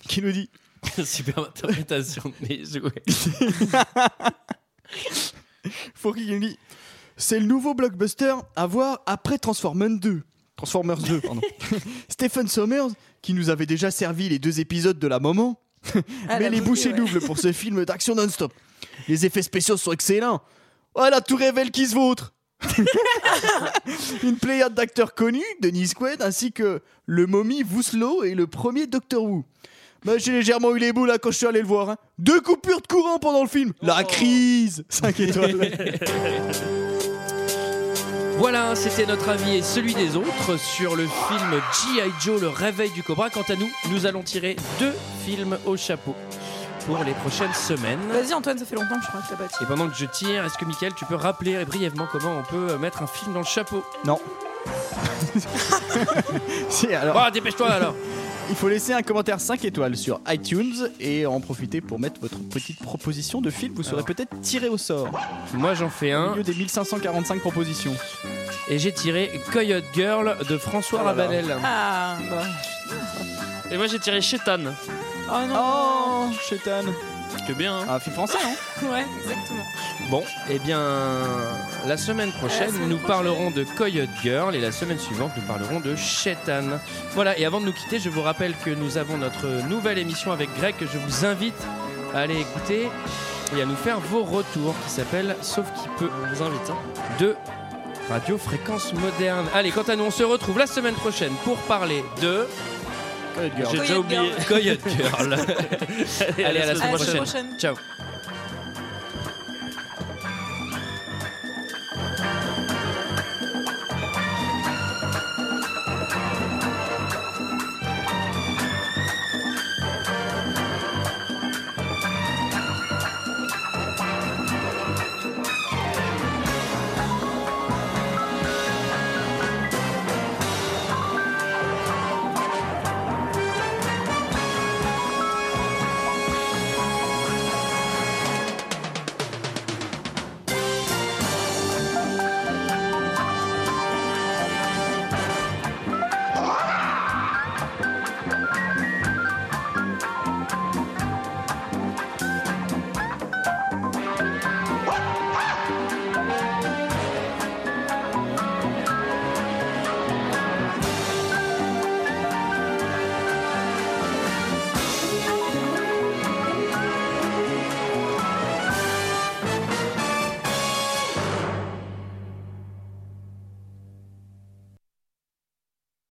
qui nous dit *laughs* Super interprétation de mes jouets. Fourki qui nous dit C'est le nouveau blockbuster à voir après Transformers 2. Transformers 2, pardon. *laughs* Stephen Sommers, qui nous avait déjà servi les deux épisodes de la maman, *laughs* Ah, met la les bouquet, bouchées ouais. doubles pour ce film d'action non-stop. Les effets spéciaux sont excellents. Oh, Voilà, tout révèle qui se vautre. *laughs* Une pléiade d'acteurs connus, Denis Quaid, ainsi que le momie Vouslo et le premier Doctor Who. Bah, j'ai légèrement eu les boules là, quand je suis allé le voir. hein. Deux coupures de courant Oh. *laughs* pendant le film. La crise 5 étoiles. Voilà, c'était notre avis et celui des autres sur le film G.I. Joe, le réveil du Cobra. Quant à nous, nous allons tirer deux films au chapeau pour les prochaines semaines. Vas-y Antoine, ça fait longtemps que je crois que t'as pas Et pendant que je tire, est-ce que Mickaël, tu peux rappeler brièvement comment on peut euh, mettre un film dans le chapeau Non. si, Ah. alors. Oh, dépêche-toi alors Il faut laisser un commentaire 5 étoiles sur iTunes et en profiter pour mettre votre petite proposition de film. Vous serez Alors. Hein peut-être tiré au sort. Moi j'en fais un. Au milieu des 1545 propositions. Et j'ai tiré Coyote Girl de François Rabanel. Ah bah. Oh Et moi j'ai tiré Shetan. Oh non Shetan Que bien. Un film français, hein Ouais, exactement. Bon, eh bien, la semaine prochaine, À la semaine nous prochaine. parlerons de Coyote Girl et la semaine suivante, nous parlerons de Shetan. Voilà, et avant de nous quitter, je vous rappelle que nous avons notre nouvelle émission avec Greg que je vous invite à aller écouter et à nous faire vos retours qui s'appelle Sauf qui peut. On vous invite hein, de Radio Fréquence Moderne. Allez, quant à nous, on se retrouve la semaine prochaine pour parler de. Coyote Girl. J'ai déjà oublié. *laughs* Coyote Girl. Allez, à la À la semaine semaine prochaine. prochaine. Ciao.